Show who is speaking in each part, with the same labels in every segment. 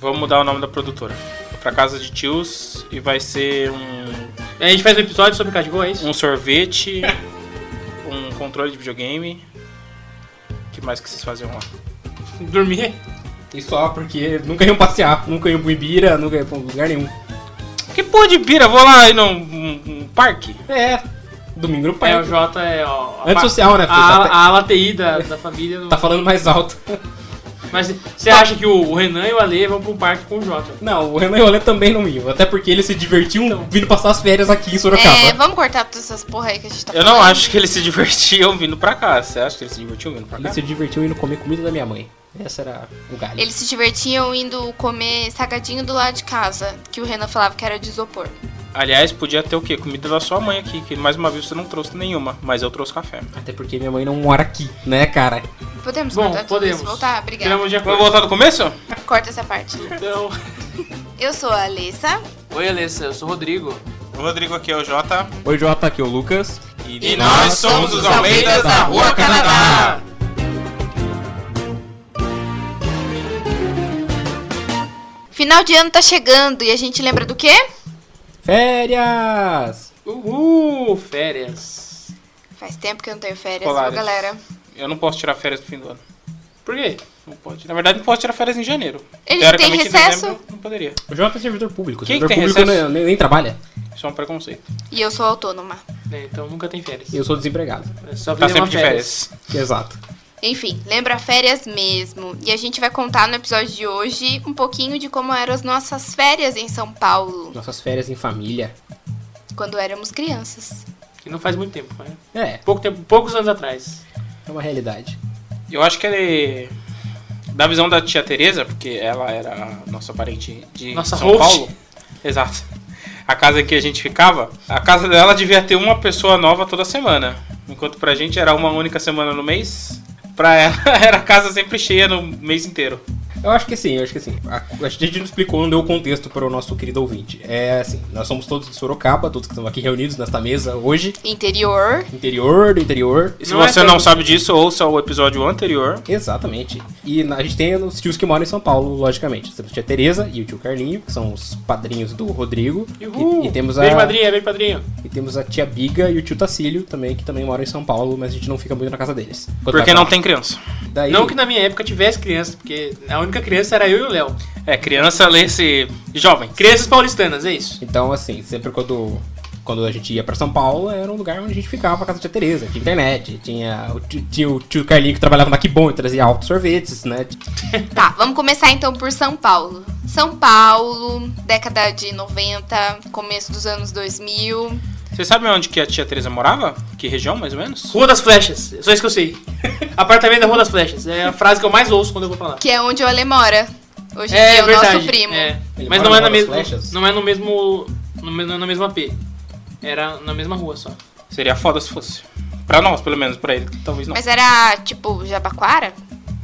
Speaker 1: Vamos mudar o nome da produtora. Pra Casa de Tios e vai ser um,
Speaker 2: A gente faz um episódio sobre Cadgo, é isso?
Speaker 1: um sorvete, um controle de videogame. O que mais que vocês fazem lá? Hum.
Speaker 2: Dormir.
Speaker 3: E só porque nunca iam passear, nunca iam pro Ibira, nunca iam pra lugar nenhum.
Speaker 1: Que porra de pira, vou lá ir num, num- num parque.
Speaker 3: É, domingo no
Speaker 2: É, o
Speaker 3: parque.
Speaker 2: Jota é ó, a
Speaker 3: Antissocial, né,
Speaker 2: pa-
Speaker 3: filho?
Speaker 2: A,
Speaker 3: Tá-
Speaker 2: a, ala TI da, da família. do-
Speaker 3: Tá falando mais alto.
Speaker 2: Mas você
Speaker 1: Tá.
Speaker 2: acha que o, o Renan e o Ale vão pro parque com o Jota?
Speaker 3: Não, o Renan e o Olé também não iam, até porque eles se divertiam vindo passar as férias aqui em
Speaker 4: É,
Speaker 3: Sorocaba.
Speaker 4: vamos cortar todas essas porra aí que a gente tá
Speaker 1: Eu não acho que eles se divertiam vindo pra cá. Você acha que eles se divertiam vindo pra cá?
Speaker 3: Eles se divertiam indo comer comida da minha mãe. Essa era o galho.
Speaker 4: Eles se divertiam indo comer salgadinho do lado de casa, que o Renan falava que era de isopor.
Speaker 1: Aliás, podia ter o quê? Comida da sua mãe aqui, que mais uma vez você não trouxe nenhuma, mas eu trouxe café.
Speaker 3: Até porque minha mãe não mora aqui, né, cara?
Speaker 4: Podemos
Speaker 2: Bom,
Speaker 4: cortar
Speaker 2: podemos.
Speaker 4: tudo isso? Voltar? Obrigada.
Speaker 2: Tiramos de
Speaker 1: Vamos
Speaker 2: acordo.
Speaker 1: voltar do começo?
Speaker 4: Corta essa parte.
Speaker 2: Então...
Speaker 4: Eu sou a Alessa.
Speaker 2: Oi, Alessa, eu sou o Rodrigo.
Speaker 1: O Rodrigo aqui é o Jota.
Speaker 3: Oi, Jota, aqui é o Lucas.
Speaker 1: E nós somos os Almeidas da Rua Canadá.
Speaker 4: Final de ano tá chegando e a gente lembra do quê?
Speaker 3: Férias!
Speaker 2: Uhul, férias.
Speaker 4: Faz tempo que eu não tenho férias, viu,
Speaker 1: Polares.
Speaker 4: galera?
Speaker 1: Eu não posso tirar férias no fim do ano.
Speaker 2: Por quê?
Speaker 1: Não pode. Na verdade, não posso tirar férias em janeiro.
Speaker 4: Ele
Speaker 1: Teoricamente,
Speaker 4: tem
Speaker 1: em
Speaker 4: recesso?
Speaker 1: dezembro, eu não poderia.
Speaker 3: O Jota é servidor público.
Speaker 1: Quem que
Speaker 3: servidor
Speaker 1: tem
Speaker 3: público
Speaker 1: recesso?
Speaker 3: não- nem, nem trabalha.
Speaker 1: Isso é um preconceito.
Speaker 4: E eu sou autônoma.
Speaker 2: É, então nunca tem férias.
Speaker 3: Eu sou desempregado.
Speaker 2: É Só
Speaker 1: Tá
Speaker 2: viver uma
Speaker 1: sempre de férias.
Speaker 3: Exato.
Speaker 4: Enfim, lembra férias mesmo. E a gente vai contar no episódio de hoje um pouquinho de como eram as nossas férias em São Paulo,
Speaker 3: Nossas férias em família.
Speaker 4: quando éramos crianças.
Speaker 2: Que não faz muito tempo, né?
Speaker 3: É,
Speaker 2: Pouco tempo, poucos anos atrás.
Speaker 3: é uma realidade.
Speaker 1: Eu acho que ele. Da visão da tia Tereza, porque ela era a nossa parente de
Speaker 2: Nossa
Speaker 1: São
Speaker 2: host.
Speaker 1: Paulo. Exato. A casa em que a gente ficava, a casa dela devia ter uma pessoa nova toda semana. Enquanto pra gente era uma única semana no mês, pra ela era a casa sempre cheia no mês inteiro.
Speaker 3: Eu acho que sim, eu acho que sim. A, a gente não explicou, não deu o contexto para o nosso querido ouvinte. É assim, nós somos todos de Sorocaba, todos que estamos aqui reunidos nesta mesa hoje.
Speaker 4: Interior.
Speaker 3: Interior do interior.
Speaker 1: E se
Speaker 2: Não é
Speaker 1: você
Speaker 2: todo-
Speaker 1: não sabe disso, ouça o episódio anterior.
Speaker 3: Exatamente. E na- a gente tem os tios que moram em São Paulo, logicamente. Temos a tia Tereza e o tio Carlinho, que são os padrinhos do Rodrigo.
Speaker 2: Uhul.
Speaker 3: E, e temos
Speaker 2: Beijo,
Speaker 3: a,
Speaker 2: madrinha, beijo, padrinho.
Speaker 3: e temos a tia Biga e o tio Tacílio também, que também moram em São Paulo, mas a gente não fica muito na casa deles. Quando
Speaker 1: Porque
Speaker 3: vai pra
Speaker 1: não
Speaker 3: lá.
Speaker 1: tem criança.
Speaker 3: Daí,
Speaker 2: Não que na minha época tivesse criança, porque a única criança era eu e o Léo.
Speaker 1: É, criança lê-se jovem.
Speaker 2: Crianças paulistanas, é isso.
Speaker 3: Então, assim, sempre quando, quando a gente ia pra São Paulo, era um lugar onde a gente ficava pra casa da tia Tereza. Tinha internet, tinha o tio, tinha o tio Carlinho que trabalhava na Kibon e trazia altos sorvetes, né?
Speaker 4: Tá, vamos começar então por São Paulo. São Paulo, década de 90, começo dos anos 2000.
Speaker 1: Vocês sabem onde que a tia Tereza morava? Que região, mais ou menos?
Speaker 2: Rua das Flechas, é só isso que eu sei. Apartamento da Rua das Flechas, é a frase que eu mais ouço quando eu vou falar.
Speaker 4: Que é onde o Ale mora. Hoje em
Speaker 2: é
Speaker 4: dia é o
Speaker 2: verdade.
Speaker 4: nosso primo.
Speaker 2: é.
Speaker 3: Ele
Speaker 2: Mas
Speaker 3: mora
Speaker 2: não é na
Speaker 3: na Rua das
Speaker 2: mesma,
Speaker 3: Flechas?
Speaker 2: não é no mesmo, no, me- não é na mesma AP. Era na mesma rua só.
Speaker 1: Seria foda se fosse. Pra nós, pelo menos, pra ele, talvez não.
Speaker 4: Mas era tipo Jabaquara?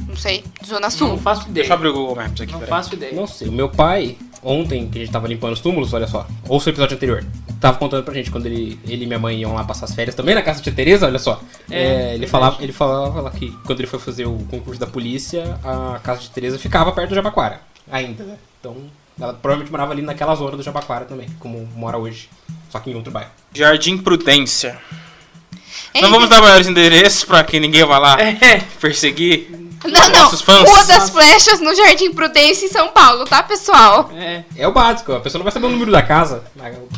Speaker 4: Não sei, Zona Sul.
Speaker 2: Não faço ideia.
Speaker 1: Deixa eu abrir o Google Maps aqui,
Speaker 2: não
Speaker 1: peraí.
Speaker 2: faço ideia.
Speaker 3: Não sei, o meu pai, ontem, que a gente tava limpando os túmulos, olha só, ouça o episódio anterior, tava contando pra gente quando ele, ele e minha mãe iam lá passar as férias também na casa da tia Tereza, olha só.
Speaker 2: É,
Speaker 3: É, ele,
Speaker 2: verdade.
Speaker 3: falava, ele falava lá que quando ele foi fazer o concurso da polícia, a casa de Tereza ficava perto do Jabaquara, ainda, né? Então, ela provavelmente morava ali naquela zona do Jabaquara também, como mora hoje, só que em outro bairro.
Speaker 1: Jardim Prudência.
Speaker 4: Enfim.
Speaker 1: Não vamos dar maiores endereços pra que ninguém vá lá
Speaker 2: É,
Speaker 1: perseguir.
Speaker 4: Não, não.
Speaker 1: nossos fãs.
Speaker 4: Rua das Flechas no Jardim Prudência em São Paulo, tá, pessoal?
Speaker 2: é.
Speaker 3: É o básico, a pessoa não vai saber o número da casa.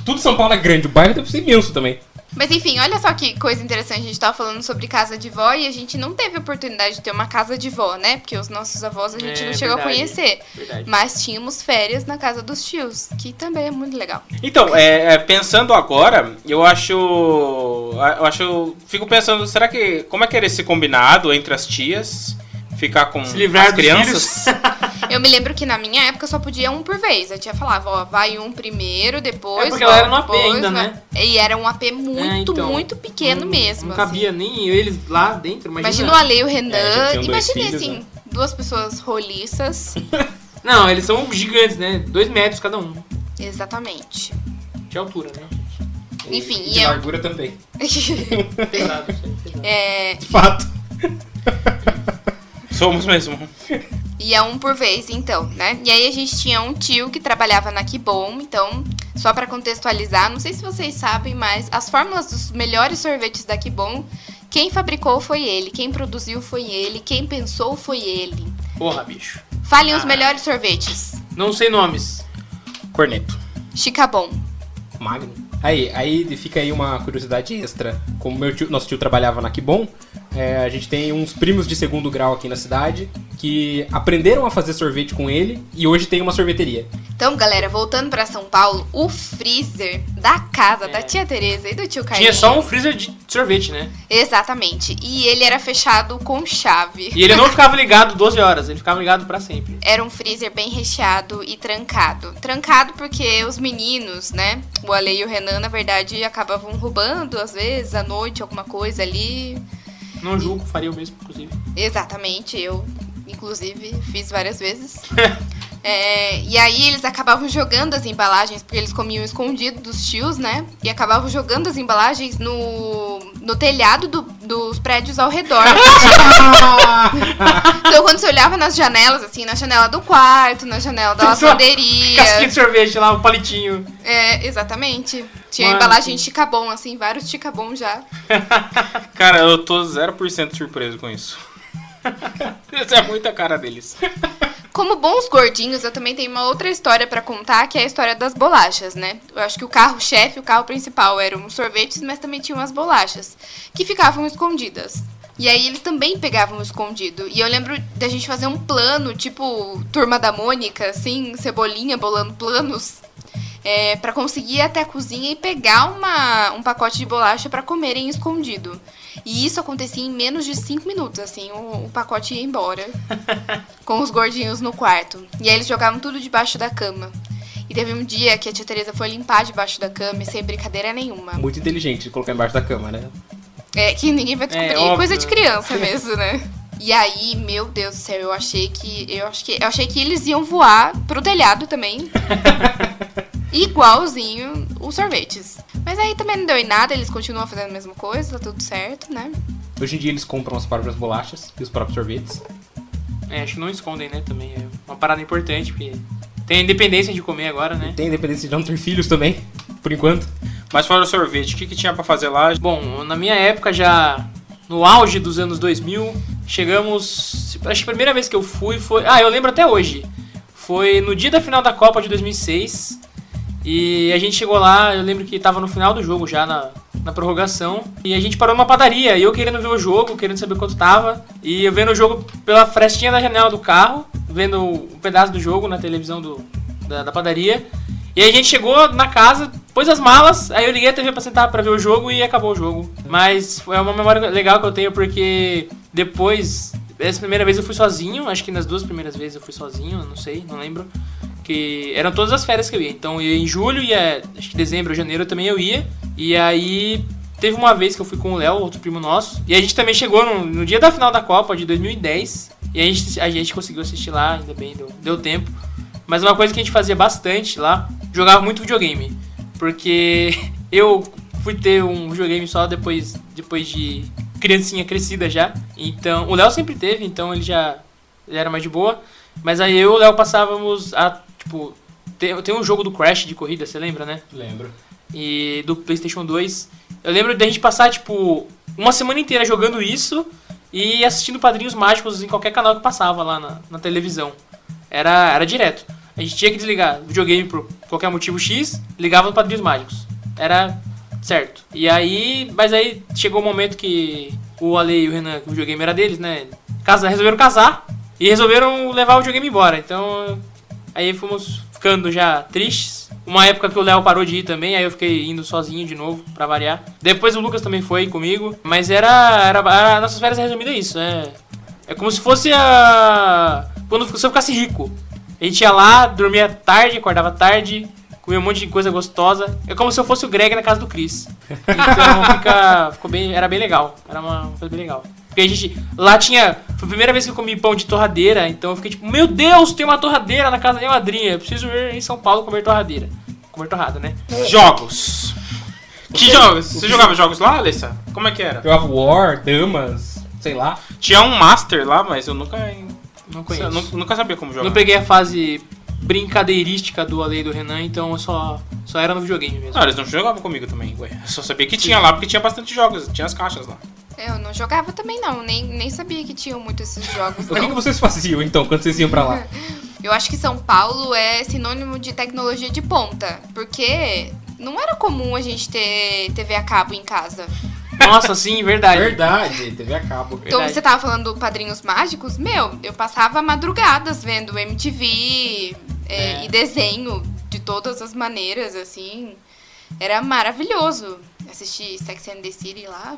Speaker 3: Tudo São Paulo é grande, o bairro deve ser imenso também.
Speaker 4: Mas enfim, olha só que coisa interessante. A gente tava falando sobre casa de vó e a gente não teve oportunidade de ter uma casa de vó, né? Porque os nossos avós a gente
Speaker 2: É,
Speaker 4: não chegou
Speaker 2: verdade.
Speaker 4: a conhecer.
Speaker 2: Verdade.
Speaker 4: Mas tínhamos férias na casa dos tios, que também é muito legal.
Speaker 1: Então, é, é, pensando agora, eu acho. Eu acho. Fico pensando, será que. Como é que era esse combinado entre as tias? Ficar com
Speaker 2: Se livrar
Speaker 1: as
Speaker 2: dos
Speaker 1: crianças?
Speaker 4: Eu me lembro que na minha época só podia um por vez. A tia falava, ó, vai um primeiro, depois.
Speaker 2: É porque
Speaker 4: volta
Speaker 2: ela era no AP
Speaker 4: depois,
Speaker 2: ainda, né?
Speaker 4: vai- E era um AP muito,
Speaker 2: É, então.
Speaker 4: muito pequeno
Speaker 2: Não-
Speaker 4: mesmo.
Speaker 2: Não
Speaker 4: assim.
Speaker 2: cabia nem eles lá dentro,
Speaker 4: Imagina
Speaker 2: imagina.
Speaker 4: o Ale e o Renan.
Speaker 3: É, já tinham dois
Speaker 4: Imagina
Speaker 3: filhos,
Speaker 4: assim,
Speaker 3: né?
Speaker 4: duas pessoas roliças.
Speaker 2: Não, eles são gigantes, né? Dois metros cada um
Speaker 4: Exatamente.
Speaker 2: de altura, né?
Speaker 4: Enfim,
Speaker 3: e,
Speaker 4: e
Speaker 3: de
Speaker 4: eu-
Speaker 3: largura também.
Speaker 2: Pesado, isso aí, pesado.
Speaker 4: É,
Speaker 3: De fato.
Speaker 1: Somos mesmo.
Speaker 4: Ia um por vez, então, né? E aí a gente tinha um tio que trabalhava na Kibom, então, só pra contextualizar, não sei se vocês sabem, mas as fórmulas dos melhores sorvetes da Kibom, quem fabricou foi ele, quem produziu foi ele, quem pensou foi ele.
Speaker 2: Porra, bicho.
Speaker 4: Falem os
Speaker 2: Ah.
Speaker 4: melhores sorvetes.
Speaker 2: Não sei nomes.
Speaker 1: Corneto.
Speaker 4: Chicabon.
Speaker 3: Magno. Aí, aí fica aí uma curiosidade extra. Como meu tio- nosso tio trabalhava na Kibon, é, a gente tem uns primos de segundo grau aqui na cidade que aprenderam a fazer sorvete com ele e hoje tem uma sorveteria.
Speaker 4: Então, galera, voltando pra São Paulo, o freezer da casa da
Speaker 2: É.
Speaker 4: tia Tereza e do tio
Speaker 2: Tinha
Speaker 4: Carlinhos.
Speaker 2: só um freezer de sorvete, né?
Speaker 4: Exatamente. E ele era fechado com chave.
Speaker 2: E ele não ficava ligado 12 horas, ele ficava ligado pra sempre.
Speaker 4: Era um freezer bem recheado e trancado. Trancado porque os meninos, né? O Ale e o Renan, na verdade, acabavam roubando, às vezes, à noite, alguma coisa ali.
Speaker 2: Não julgo, faria o mesmo, inclusive.
Speaker 4: Exatamente, eu, inclusive, fiz várias vezes. É, e aí eles acabavam jogando as embalagens, porque eles comiam escondido dos tios, né? E acabavam jogando as embalagens no, no telhado do- dos prédios ao redor. então quando você olhava nas janelas, assim, na janela do quarto, na janela da
Speaker 2: Só Casquinha
Speaker 4: lavanderia.
Speaker 2: de sorvete lá, um palitinho.
Speaker 4: É, exatamente. Tinha
Speaker 2: Mano,
Speaker 4: embalagem de chicabon, assim, vários chicabon já.
Speaker 1: Cara, eu tô 0% surpreso com isso. Isso é muita cara deles.
Speaker 4: Como bons gordinhos, eu também tenho uma outra história pra contar, que é a história das bolachas, né? Eu acho que o carro-chefe, o carro principal, eram os sorvetes, mas também tinham as bolachas, que ficavam escondidas. E aí eles também pegavam escondido. E eu lembro da gente fazer um plano, tipo turma da Mônica, assim, cebolinha bolando planos. É, para conseguir ir até a cozinha e pegar uma, um pacote de bolacha pra comerem escondido. E isso acontecia em menos de 5 minutos, assim, o, o pacote ia embora com os gordinhos no quarto. E aí eles jogavam tudo debaixo da cama. E teve um dia que a tia Teresa foi limpar debaixo da cama e sem brincadeira nenhuma.
Speaker 3: Muito inteligente de colocar embaixo da cama, né?
Speaker 4: É, que ninguém vai descobrir.
Speaker 2: óbvio.
Speaker 4: coisa de criança mesmo, né? E aí, meu Deus do céu, eu achei que. Eu, acho que, eu achei que eles iam voar pro telhado também. Igualzinho os sorvetes. Mas aí também não deu em nada, eles continuam fazendo a mesma coisa, tá tudo certo, né?
Speaker 3: Hoje em dia eles compram as próprias bolachas e os próprios sorvetes.
Speaker 2: É, acho que não escondem, né? Também é uma parada importante, porque tem a independência de comer agora, né?
Speaker 3: Tem independência de não ter filhos também, por enquanto.
Speaker 1: Mas fora o sorvete, o que, que tinha pra fazer lá?
Speaker 2: Bom, na minha época já no auge dos anos 2000, chegamos, acho que a primeira vez que eu fui foi, ah, eu lembro até hoje. Foi no dia da final da Copa de 2006. E a gente chegou lá, eu lembro que tava no final do jogo já na na prorrogação, e a gente parou numa padaria, e eu querendo ver o jogo, querendo saber quanto tava, e eu vendo o jogo pela frestinha da janela do carro, vendo um pedaço do jogo na televisão do, da, da padaria, e aí a gente chegou na casa, pôs as malas, aí eu liguei a TV pra sentar pra ver o jogo e acabou o jogo. Mas é uma memória legal que eu tenho porque depois, essa primeira vez eu fui sozinho, acho que nas duas primeiras vezes eu fui sozinho, eu não sei, não lembro. Que eram todas as férias que eu ia. Então eu ia em julho, ia, acho que dezembro ou janeiro também eu ia. E aí teve uma vez que eu fui com o Léo, outro primo nosso. E a gente também chegou no, no dia da final da Copa de 2010. E a gente, a gente conseguiu assistir lá, ainda bem, deu, deu tempo. Mas uma coisa que a gente fazia bastante lá, jogava muito videogame. Porque eu fui ter um videogame só depois, depois de criancinha crescida já. Então, o Léo sempre teve, então ele já ele era mais de boa. Mas aí eu e o Léo passávamos a, tipo... Tem, tem um jogo do Crash de corrida, você lembra, né?
Speaker 3: Lembro.
Speaker 2: e do PlayStation 2. Eu lembro da gente passar, tipo, uma semana inteira jogando isso e assistindo Padrinhos Mágicos em qualquer canal que passava lá na, na televisão. Era, era direto. A gente tinha que desligar o videogame por qualquer motivo X, ligava no Padrinhos Mágicos. Era certo. E aí, mas aí chegou o momento que o Ale e o Renan, que o videogame era deles, né? Casa, resolveram casar e resolveram levar o videogame embora. Então Aí fomos ficando já tristes. Uma época que o Léo parou de ir também, aí eu fiquei indo sozinho de novo, pra variar. Depois o Lucas também foi comigo, mas era. era, era nossas férias resumidas isso, né? É como se fosse a. Quando se eu ficasse rico. A gente ia lá, dormia tarde, acordava tarde, comia um monte de coisa gostosa. É como se eu fosse o Greg na casa do Chris. Então fica, ficou bem, era bem legal. Era uma coisa bem legal. Porque a gente. Lá tinha. Foi a primeira vez que eu comi pão de torradeira, então eu fiquei tipo, meu Deus, tem uma torradeira na casa da minha madrinha. Eu preciso ir em São Paulo comer torradeira. Comer torrada, né?
Speaker 1: Jogos. Que jogos? Você jogava jogos lá, Alessa? Como é que era?
Speaker 3: Jogava War, Damas, sei lá.
Speaker 1: Tinha um Master lá, mas eu nunca
Speaker 2: Não
Speaker 1: Eu
Speaker 2: conheço.
Speaker 1: nu- nunca sabia como jogar.
Speaker 2: Não peguei a fase brincadeirística do Alei do Renan, então eu só, só era no videogame mesmo.
Speaker 1: Não, eles não jogavam comigo também, ué. Eu só sabia que tinha lá porque tinha bastante jogos, tinha as caixas lá.
Speaker 4: Eu não jogava também, não. Nem, nem sabia que tinham muito esses jogos.
Speaker 3: O que,
Speaker 4: não.
Speaker 3: que vocês faziam então quando vocês iam pra lá?
Speaker 4: Eu acho que São Paulo é sinônimo de tecnologia de ponta, porque não era comum a gente ter TV a cabo em casa.
Speaker 2: Nossa, sim, verdade.
Speaker 3: Verdade, TV a cabo.
Speaker 4: Então
Speaker 2: Verdade.
Speaker 4: você tava falando do Padrinhos Mágicos? Meu, eu passava madrugadas vendo MTV é, e desenho de todas as maneiras, assim. Era maravilhoso assistir Sex and the City lá.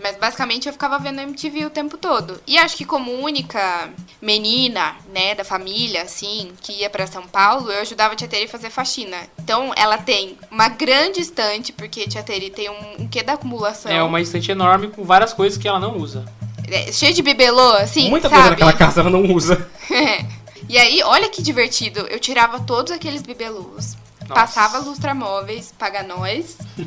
Speaker 4: Mas basicamente eu ficava vendo MTV o tempo todo. E acho que como única menina, né, da família, assim, que ia pra São Paulo, eu ajudava a Tia Tere a fazer faxina. Então ela tem uma grande estante, porque Tia Tere tem um, um quê da acumulação.
Speaker 2: É uma estante enorme com várias coisas que ela não usa.
Speaker 4: É, cheio de bibelô, assim,
Speaker 3: Muita
Speaker 4: sabe?
Speaker 3: coisa naquela casa ela não usa.
Speaker 4: e aí, olha que divertido. Eu tirava todos aqueles bibelôs.
Speaker 2: Nossa.
Speaker 4: Passava lustramóveis, paga nós.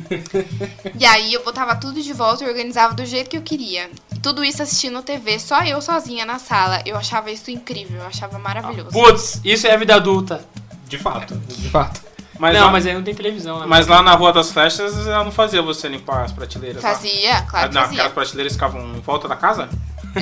Speaker 4: e aí eu botava tudo de volta e organizava do jeito que eu queria. Tudo isso assistindo TV, só eu sozinha na sala. Eu achava isso incrível, eu achava maravilhoso.
Speaker 3: Ah,
Speaker 2: Putz, isso é a vida adulta.
Speaker 3: De fato, de fato.
Speaker 1: Mas,
Speaker 2: não,
Speaker 1: lá,
Speaker 2: mas aí não tem televisão, né?
Speaker 1: mas lá na Rua das Flechas ela não fazia você limpar as prateleiras. lá. Ah,
Speaker 4: fazia,
Speaker 3: Ah,
Speaker 4: claro que
Speaker 1: não,
Speaker 4: fazia.
Speaker 1: aquelas prateleiras ficavam em volta da casa?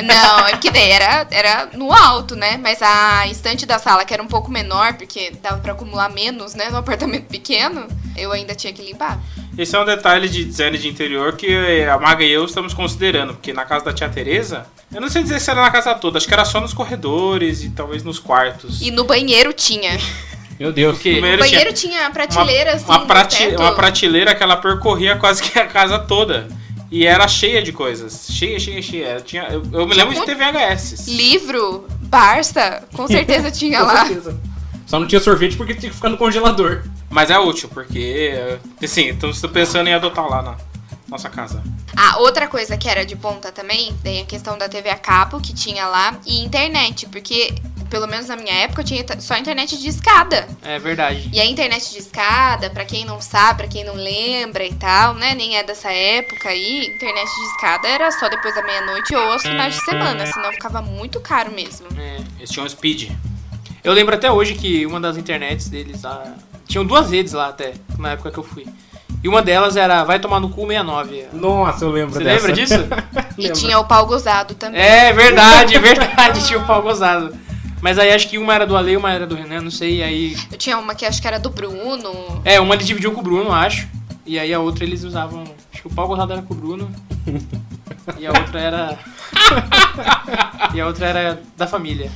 Speaker 4: Não, é porque daí era, era no alto, né? Mas a estante da sala, que era um pouco menor, porque dava pra acumular menos, né? No apartamento pequeno, eu ainda tinha que limpar.
Speaker 1: Esse é um detalhe de design de interior que eh, a Maga e eu estamos considerando, porque na casa da tia Tereza, eu não sei dizer se era na casa toda, acho que era só nos corredores e talvez nos quartos.
Speaker 4: E no banheiro tinha.
Speaker 3: Meu Deus.
Speaker 2: Porque-
Speaker 4: O
Speaker 1: Primeiro
Speaker 4: banheiro tinha a prateleira, assim,
Speaker 1: uma,
Speaker 4: no
Speaker 1: prate-
Speaker 4: teto.
Speaker 1: uma prateleira que ela percorria quase que a casa toda. E era cheia de coisas. Cheia, cheia, cheia. Ela Tinha, eu, eu me lembro de ter VHS.
Speaker 4: Livro, Barça, com certeza tinha lá.
Speaker 3: Só não tinha sorvete porque tinha que ficar no congelador.
Speaker 1: Mas é útil, porque. é, Assim, então estou pensando em adotar lá na nossa casa.
Speaker 4: Ah, outra coisa que era de ponta também, tem a questão da TV a cabo, que tinha lá, e internet, porque... Pelo menos na minha época, eu tinha ta- só internet de escada.
Speaker 2: É verdade.
Speaker 4: E a internet de escada, pra quem não sabe, pra quem não lembra e tal, né? Nem é dessa época aí. Internet de escada era só depois da meia-noite ou aos finais de semana, senão ficava muito caro mesmo.
Speaker 2: É.
Speaker 1: Eles tinham um speed.
Speaker 2: Eu lembro até hoje que uma das internets deles lá. Tinham duas redes lá até, na época que eu fui. E uma delas era Vai Tomar no Cu 69.
Speaker 3: Nossa, eu lembro
Speaker 2: Você
Speaker 3: dessa.
Speaker 2: lembra disso?
Speaker 4: E tinha o pau gozado também.
Speaker 2: é, verdade, verdade, tinha o pau gozado. Mas aí acho que uma era do Ale, uma era do Renan, não sei, e aí.
Speaker 4: Eu tinha uma que acho que era do Bruno.
Speaker 2: É, uma ele dividiu com o Bruno, acho. E aí a outra eles usavam. Acho que o pau gozado era com o Bruno. E a outra era. e a outra era da família.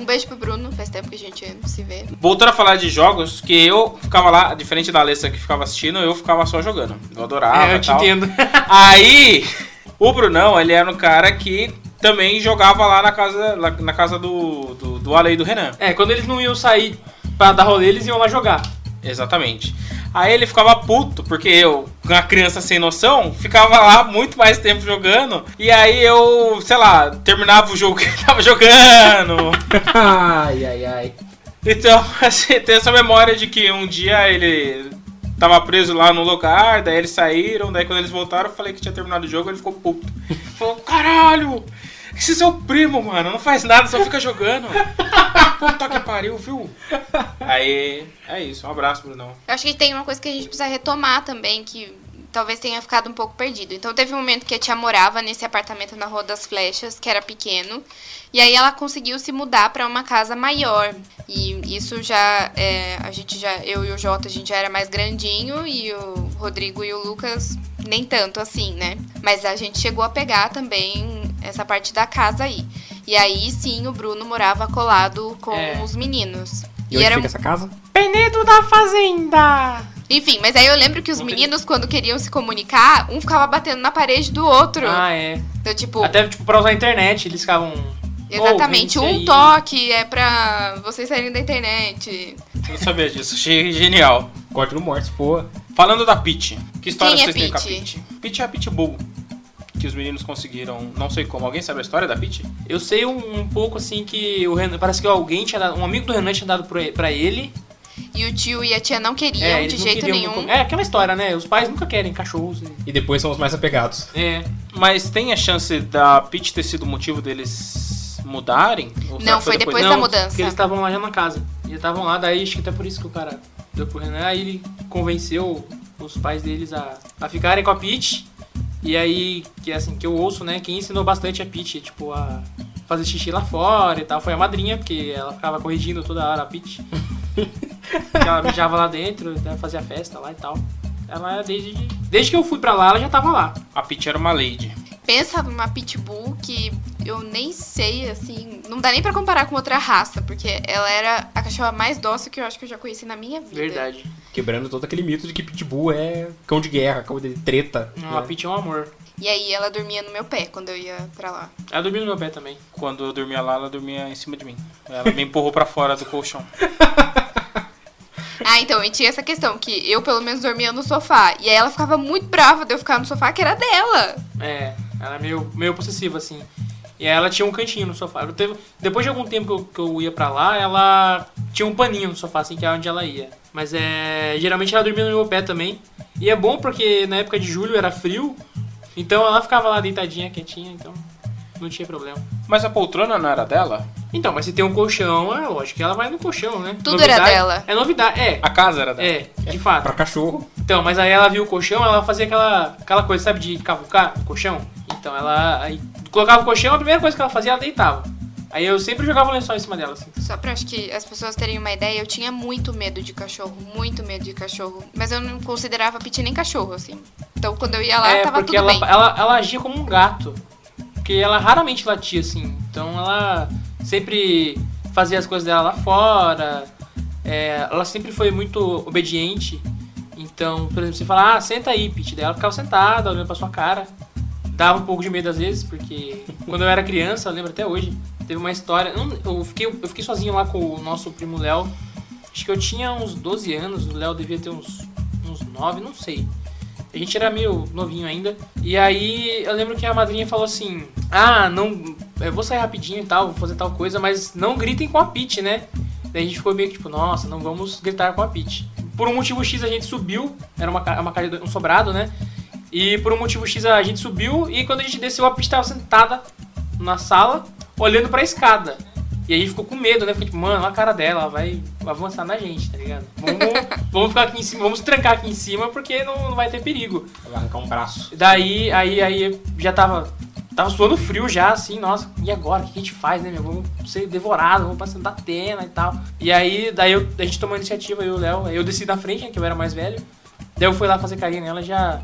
Speaker 4: Um beijo pro Bruno, faz tempo que a gente não se vê.
Speaker 1: Voltando a falar de jogos, que eu ficava lá, diferente da Alessa que ficava assistindo, eu ficava só jogando. Eu adorava.
Speaker 2: é, eu te
Speaker 1: tal.
Speaker 2: entendo.
Speaker 1: Aí, o Brunão, ele era um cara que também jogava lá na casa, lá na casa do, do, do Ale e do Renan.
Speaker 2: É, quando eles não iam sair pra dar rolê, eles iam lá jogar.
Speaker 1: Exatamente. Aí ele ficava puto, porque eu, uma criança sem noção, ficava lá muito mais tempo jogando. E aí eu, sei lá, terminava o jogo que eu tava jogando.
Speaker 3: ai, ai, ai.
Speaker 1: Então, assim, tem essa memória de que um dia ele tava preso lá no lugar, daí eles saíram, daí quando eles voltaram, eu falei que tinha terminado o jogo, ele ficou puto. Falou, caralho! Esse é seu primo, mano, não faz nada, só fica jogando. Puta que pariu, viu? Aí, é isso. Um abraço, Brunão.
Speaker 4: Eu acho que tem uma coisa que a gente precisa retomar também, que talvez tenha ficado um pouco perdido. Então teve um momento que a tia morava nesse apartamento na Rua das Flechas, que era pequeno, e aí ela conseguiu se mudar pra uma casa maior. E isso já é, a gente já eu e o Jota a gente já era mais grandinho e o Rodrigo e o Lucas nem tanto assim, né? Mas a gente chegou a pegar também essa parte da casa aí. E aí sim, o Bruno morava colado com
Speaker 2: É.
Speaker 4: os meninos.
Speaker 3: E onde
Speaker 4: um
Speaker 3: fica essa casa?
Speaker 2: Penedo da Fazenda!
Speaker 4: Enfim, mas aí eu lembro que os
Speaker 2: Não tem-
Speaker 4: meninos, quando queriam se comunicar, um ficava batendo na parede do outro.
Speaker 2: Ah, é.
Speaker 4: Então, tipo,
Speaker 2: Até, tipo, pra usar a internet, eles ficavam...
Speaker 4: exatamente,
Speaker 2: "Ô, vem
Speaker 4: um
Speaker 2: isso aí."
Speaker 4: toque é pra vocês saírem da internet.
Speaker 1: Eu não sabia disso, achei genial.
Speaker 3: Corte no morte, pô.
Speaker 1: Falando da Peach, que história
Speaker 4: Quem é
Speaker 1: vocês têm com a
Speaker 4: Peach?
Speaker 1: Peach? Peach é a Pitbull. Que os meninos conseguiram, não sei como. Alguém sabe a história da Peach?
Speaker 2: Eu sei um, um pouco, assim, que o Renan... Parece que alguém tinha dado... Um amigo do Renan tinha dado pro- pra ele.
Speaker 4: E o tio e a tia não queriam
Speaker 2: é, eles
Speaker 4: de
Speaker 2: não
Speaker 4: jeito
Speaker 2: queriam no
Speaker 4: nenhum.
Speaker 2: come- É, aquela história, né? Os pais nunca querem cachorros. né?
Speaker 3: E depois são os mais apegados.
Speaker 2: É.
Speaker 1: Mas tem a chance da Peach ter sido o motivo deles mudarem? Ou será
Speaker 4: Não,
Speaker 1: que
Speaker 4: foi depois da
Speaker 2: não,
Speaker 4: mudança.
Speaker 2: Porque eles estavam lá já na casa. Eles estavam lá, daí acho que até por isso que o cara deu pro Renan. Aí ele convenceu os pais deles a, a ficarem com a Peach. E aí, que é assim, que eu ouço, né? Quem ensinou bastante a Peach, tipo, a fazer xixi lá fora e tal, foi a madrinha, porque ela ficava corrigindo toda hora a Peach. Porque ela mijava lá dentro, né, fazia festa lá e tal. Ela, é desde, desde que eu fui pra lá, ela já tava lá.
Speaker 1: A Peach era uma lady.
Speaker 4: Pensa numa pitbull que eu nem sei, assim, não dá nem pra comparar com outra raça, porque ela era a cachorra mais dócil que eu acho que eu já conheci na minha vida.
Speaker 2: Verdade.
Speaker 3: Quebrando todo aquele mito de que Pitbull é cão de guerra, cão de treta.
Speaker 2: Não, a
Speaker 3: né?
Speaker 2: Peach é um amor.
Speaker 4: E aí ela dormia no meu pé quando eu ia pra lá.
Speaker 2: Ela dormiu no meu pé também.
Speaker 1: Quando eu dormia lá, ela dormia em cima de mim. Ela me empurrou pra fora do colchão.
Speaker 4: Ah, então, e tinha essa questão, que eu pelo menos dormia no sofá. E aí ela ficava muito brava de eu ficar no sofá, que era dela.
Speaker 2: É, ela é meio, meio possessiva, assim. E aí ela tinha um cantinho no sofá. Eu teve- depois de algum tempo que eu, que eu ia pra lá, ela tinha um paninho no sofá, assim, que é onde ela ia. Mas é. Geralmente ela dormia no meu pé também. E é bom porque na época de julho era frio, então ela ficava lá deitadinha, quietinha, então não tinha problema.
Speaker 1: Mas a poltrona não era dela?
Speaker 2: Então, mas se tem um colchão, é lógico que ela vai no colchão, né?
Speaker 4: Tudo era dela.
Speaker 2: É novidade, é.
Speaker 1: A casa era dela?
Speaker 2: É, de fato.
Speaker 3: Pra cachorro,
Speaker 2: Então, mas aí ela viu o colchão, ela fazia aquela, aquela coisa, sabe, de cavucar o colchão? Então ela aí, colocava o colchão, a primeira coisa que ela fazia, ela deitava. Aí eu sempre jogava o lençol em cima dela, assim.
Speaker 4: Só pra acho que as pessoas terem uma ideia, eu tinha muito medo de cachorro, muito medo de cachorro. Mas eu não considerava pit nem cachorro, assim. Então quando eu ia lá,
Speaker 2: é,
Speaker 4: tava
Speaker 2: porque
Speaker 4: tudo
Speaker 2: ela,
Speaker 4: bem.
Speaker 2: Ela, ela agia como um gato. Porque ela raramente latia, assim. Então ela sempre fazia as coisas dela lá fora. É, ela sempre foi muito obediente. Então, por exemplo, você fala, ah, senta aí, Pete. Daí ela ficava sentada, olhando pra sua cara. Dava um pouco de medo às vezes, porque quando eu era criança, eu lembro até hoje, teve uma história. eu não- Eu fiquei, eu fiquei sozinho lá com o nosso primo Léo. Acho que eu tinha uns 12 anos, o Léo devia ter uns, uns 9, não sei. A gente era meio novinho ainda. E aí eu lembro que a madrinha falou assim: Ah, não. Eu vou sair rapidinho e tal, vou fazer tal coisa, mas não gritem com a Pete, né? Daí a gente ficou meio que tipo, nossa, não vamos gritar com a Pete. Por um motivo X a gente subiu, era uma, ca- uma casa, um sobrado, né? E por um motivo X a gente subiu e quando a gente desceu a Pete tava sentada na sala, olhando pra escada. E a gente ficou com medo, né? Ficou tipo, mano, olha a cara dela, ela vai avançar na gente, tá ligado? Vamos, vamos ficar aqui em cima, vamos trancar aqui em cima porque não, não vai ter perigo.
Speaker 3: vai arrancar um braço.
Speaker 2: Daí, aí, aí já tava. Tava suando frio já, assim, nossa, e agora? O que a gente faz, né, meu? Vamos ser devorado, vamos passando da Atena e tal. E aí, daí eu- a gente tomou a iniciativa, eu e o Léo. Aí eu desci na frente, né, que eu era mais velho. Daí eu fui lá fazer carinho nela já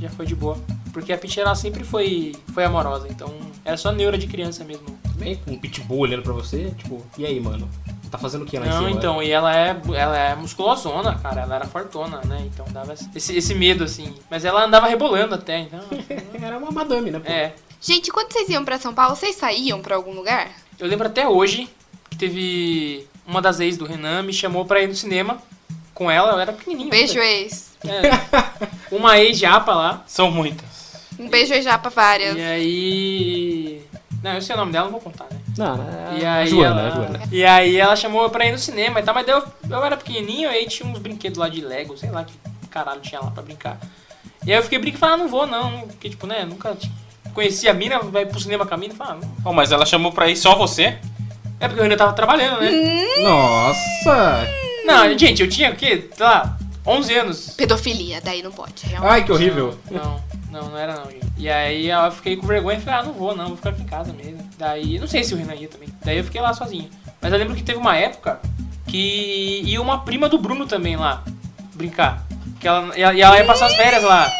Speaker 2: já foi de boa. Porque a Peach, ela sempre foi, foi amorosa, então era só neura de criança mesmo.
Speaker 3: Também com um pitbull olhando pra você, tipo, e aí, mano? Tá fazendo o que lá em
Speaker 2: Não,
Speaker 3: cima? né?
Speaker 2: então, e ela é, ela é musculosona, cara, ela era fortona, né? Então dava esse, esse medo, assim. Mas ela andava rebolando até, então.
Speaker 3: É, Era uma madame, né? pô?
Speaker 2: É.
Speaker 4: Gente, quando vocês iam pra São Paulo, vocês saíam pra algum lugar?
Speaker 2: Eu lembro até hoje que teve uma das ex do Renan me chamou pra ir no cinema com ela, eu era pequenininho.
Speaker 4: Um Beijo,
Speaker 2: né?
Speaker 4: ex.
Speaker 2: É. Uma ex japa lá.
Speaker 1: São muitas.
Speaker 4: Um beijo aí já pra
Speaker 2: E
Speaker 4: várias.
Speaker 2: aí. Não, eu sei o nome dela, não vou contar, né?
Speaker 3: Não, não,
Speaker 2: E
Speaker 3: a
Speaker 2: aí
Speaker 3: Ah, Joana,
Speaker 2: ela...
Speaker 3: a Joana.
Speaker 2: E aí ela chamou eu pra ir no cinema e tal, mas daí eu, eu era pequenininho e aí tinha uns brinquedos lá de Lego, sei lá que caralho tinha lá pra brincar. E aí eu fiquei brincando e falei, ah, não vou não, porque tipo, né, nunca tipo, conheci a mina, vai pro cinema com a mina, falei, ah, não.
Speaker 1: Oh, mas ela chamou pra ir só você?
Speaker 2: É porque eu ainda tava trabalhando, né?
Speaker 3: Nossa!
Speaker 2: não, gente, eu tinha o quê? Sei lá, 11 anos.
Speaker 4: Pedofilia, daí não pode, realmente.
Speaker 3: Ai, que horrível.
Speaker 2: Não, não, não era não, gente. E aí eu fiquei com vergonha e falei, ah, não vou não, vou ficar aqui em casa mesmo. Daí, não sei se o Renan ia também. Daí eu fiquei lá sozinho. Mas eu lembro que teve uma época que ia uma prima do Bruno também lá brincar. Que ela, e ela- e ela ia passar as férias lá.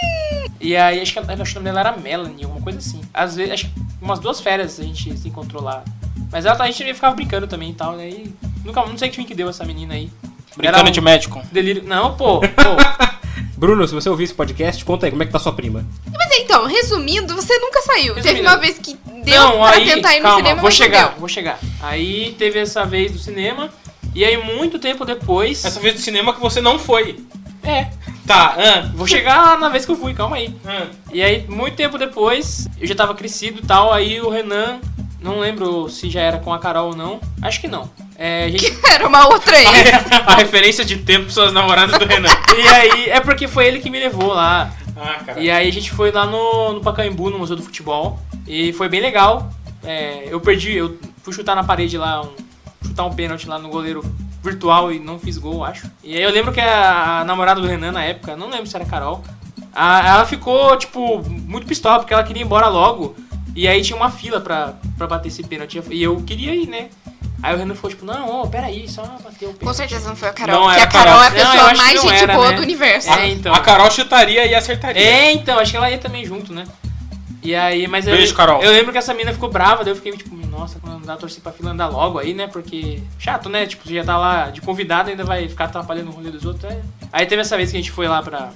Speaker 2: E aí acho que, ela- acho que o nome dela era Melanie, alguma coisa assim. Às vezes, acho que umas duas férias a gente se encontrou lá. Mas ela, a gente ficava brincando também e tal, daí... Nunca, não sei que fim que deu essa menina aí.
Speaker 1: Brincando
Speaker 2: Era um-
Speaker 1: de médico.
Speaker 2: Delírio. Não, pô, pô.
Speaker 3: Bruno, se você ouvir esse podcast, conta aí como é que tá sua prima.
Speaker 4: Mas então, resumindo, você nunca saiu. Teve
Speaker 2: Resumindo.
Speaker 4: uma vez que deu
Speaker 2: não,
Speaker 4: pra
Speaker 2: aí,
Speaker 4: tentar ir no
Speaker 2: calma,
Speaker 4: cinema,
Speaker 2: vou
Speaker 4: mas não
Speaker 2: chegar,
Speaker 4: deu.
Speaker 2: vou chegar. Aí teve essa vez do cinema, e aí muito tempo depois...
Speaker 1: Essa vez do cinema que você não foi.
Speaker 2: É,
Speaker 1: Tá, ahn,
Speaker 2: vou chegar lá na vez que eu fui, calma aí.
Speaker 1: ahn.
Speaker 2: E aí, muito tempo depois, eu já tava crescido e tal, aí o Renan, não lembro se já era com a Carol ou não, acho que não. É, a gente
Speaker 4: Era uma outra aí.
Speaker 1: A referência de tempo são as namoradas do Renan.
Speaker 2: E aí, é porque foi ele que me levou lá.
Speaker 1: Ah, cara.
Speaker 2: E aí a gente foi lá no, no Pacaembu, no Museu do Futebol. E foi bem legal. é, eu perdi, eu fui chutar na parede lá, um, chutar um pênalti lá no goleiro virtual e não fiz gol, acho. E aí eu lembro que a namorada do Renan na época, não lembro se era a Carol, a- ela ficou, tipo, muito pistola porque ela queria ir embora logo. E aí tinha uma fila pra, pra bater esse pênalti. E eu queria ir, né? Aí o Renan ficou tipo, não, ô, peraí, só bater o pênalti.
Speaker 4: Com certeza não foi a Carol,
Speaker 1: Não
Speaker 4: porque
Speaker 1: era
Speaker 4: a Carol é a
Speaker 2: Carol. Não, eu
Speaker 4: pessoa
Speaker 2: acho que
Speaker 4: mais
Speaker 2: não
Speaker 4: gente
Speaker 2: era,
Speaker 4: boa
Speaker 2: né?
Speaker 4: do universo.
Speaker 2: É, então.
Speaker 1: A Carol chutaria e acertaria.
Speaker 2: É, então, acho que ela ia também junto, né? E aí, mas eu,
Speaker 1: Beijo, Carol.
Speaker 2: eu lembro que essa mina ficou brava, daí eu fiquei tipo, nossa, quando dá torcer pra fila andar logo aí, né? Porque chato, né? Tipo, você já tá lá de convidado, ainda vai ficar atrapalhando o rolê dos outros. é. Aí teve essa vez que a gente foi lá pra,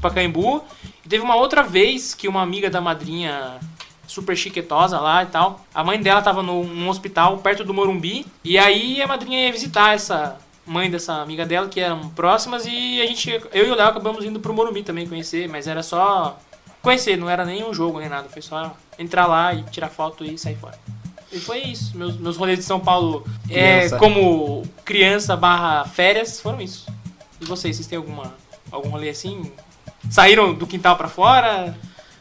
Speaker 2: pra Caimbu, e teve uma outra vez que uma amiga da madrinha super chiquetosa lá e tal, a mãe dela tava no, num hospital perto do Morumbi, e aí a madrinha ia visitar essa mãe dessa amiga dela, que eram próximas, e a gente, eu e o Léo acabamos indo pro Morumbi também conhecer, mas era só conhecer, não era nenhum jogo nem nada, foi só entrar lá e tirar foto e sair fora. E foi isso, meus, meus rolês de São Paulo é,
Speaker 3: Criança.
Speaker 2: como criança barra férias foram isso. E vocês, vocês têm alguma, algum rolê assim? Saíram do quintal pra fora?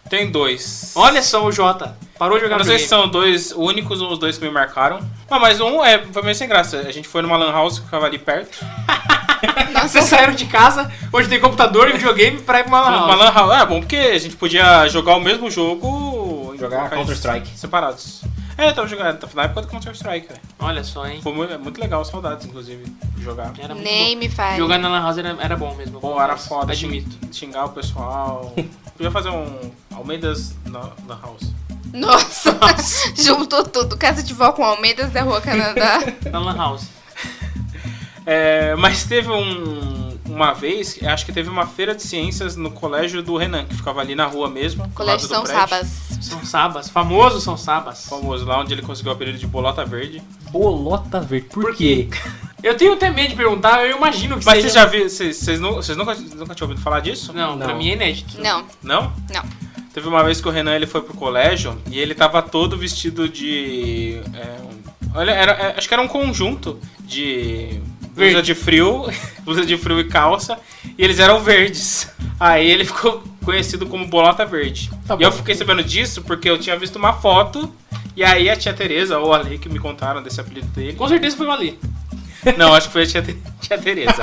Speaker 1: Tem dois.
Speaker 2: Olha só o Jota, parou de
Speaker 1: Eu
Speaker 2: jogar
Speaker 1: não sei se
Speaker 2: videogame.
Speaker 1: são dois únicos ou os dois que me marcaram. Ah, mas um é, foi meio sem graça. A gente foi numa lan house que ficava ali perto.
Speaker 2: Vocês saíram de casa, hoje tem computador e videogame pra ir pra uma lan
Speaker 1: Uma
Speaker 2: house.
Speaker 1: lan house. É bom porque a gente podia jogar o mesmo jogo. em
Speaker 3: Jogar
Speaker 1: locais
Speaker 3: Counter-Strike.
Speaker 1: Separados. É, eu tava jogando. tava Na época do Counter-Strike, velho.
Speaker 2: Olha só, hein.
Speaker 1: Foi mu- é muito legal, saudades, inclusive, de jogar.
Speaker 2: Era muito
Speaker 4: Nem me
Speaker 2: bom.
Speaker 4: faz.
Speaker 2: Jogar na lan house era, era bom mesmo.
Speaker 1: Pô, era foda.
Speaker 2: Admito.
Speaker 1: xing- Xingar o pessoal. Podia fazer um Almeidas na, na house.
Speaker 4: Nossa, juntou tudo. Casa de vó com Almeidas da Rua Canadá.
Speaker 2: Na lan house.
Speaker 1: É, mas teve um, uma vez, acho que teve uma feira de ciências no colégio do Renan, que ficava ali na rua mesmo. do lado
Speaker 4: Colégio
Speaker 1: do
Speaker 4: São
Speaker 1: prédio.
Speaker 4: Sabas.
Speaker 2: São Sabas, famoso São Sabas.
Speaker 1: Famoso, lá onde ele conseguiu o apelido de Bolota Verde.
Speaker 3: Bolota verde. Por, quê?
Speaker 2: Eu tenho até medo de perguntar, eu imagino que
Speaker 1: Mas vocês já
Speaker 2: seja...
Speaker 1: viram, vocês nu- vocês nunca, nunca tinham ouvido falar disso?
Speaker 2: Não, pra
Speaker 3: Não.
Speaker 2: mim é inédito.
Speaker 4: Não,
Speaker 1: Não?
Speaker 4: não.
Speaker 1: Teve uma vez que o Renan ele foi pro colégio e ele tava todo vestido de. é, um- olha, era- é, acho que era um conjunto de. Blusa
Speaker 2: Verde.
Speaker 1: de frio, blusa de frio e calça, e eles eram verdes. Aí ele ficou conhecido como Bolota Verde.
Speaker 3: Tá
Speaker 1: e eu
Speaker 3: bom.
Speaker 1: fiquei sabendo disso porque eu tinha visto uma foto, e aí a tia Tereza, ou a Lei que me contaram desse apelido dele,
Speaker 2: Com certeza foi o Ali.
Speaker 1: não, acho que foi a tia, Te- tia Tereza.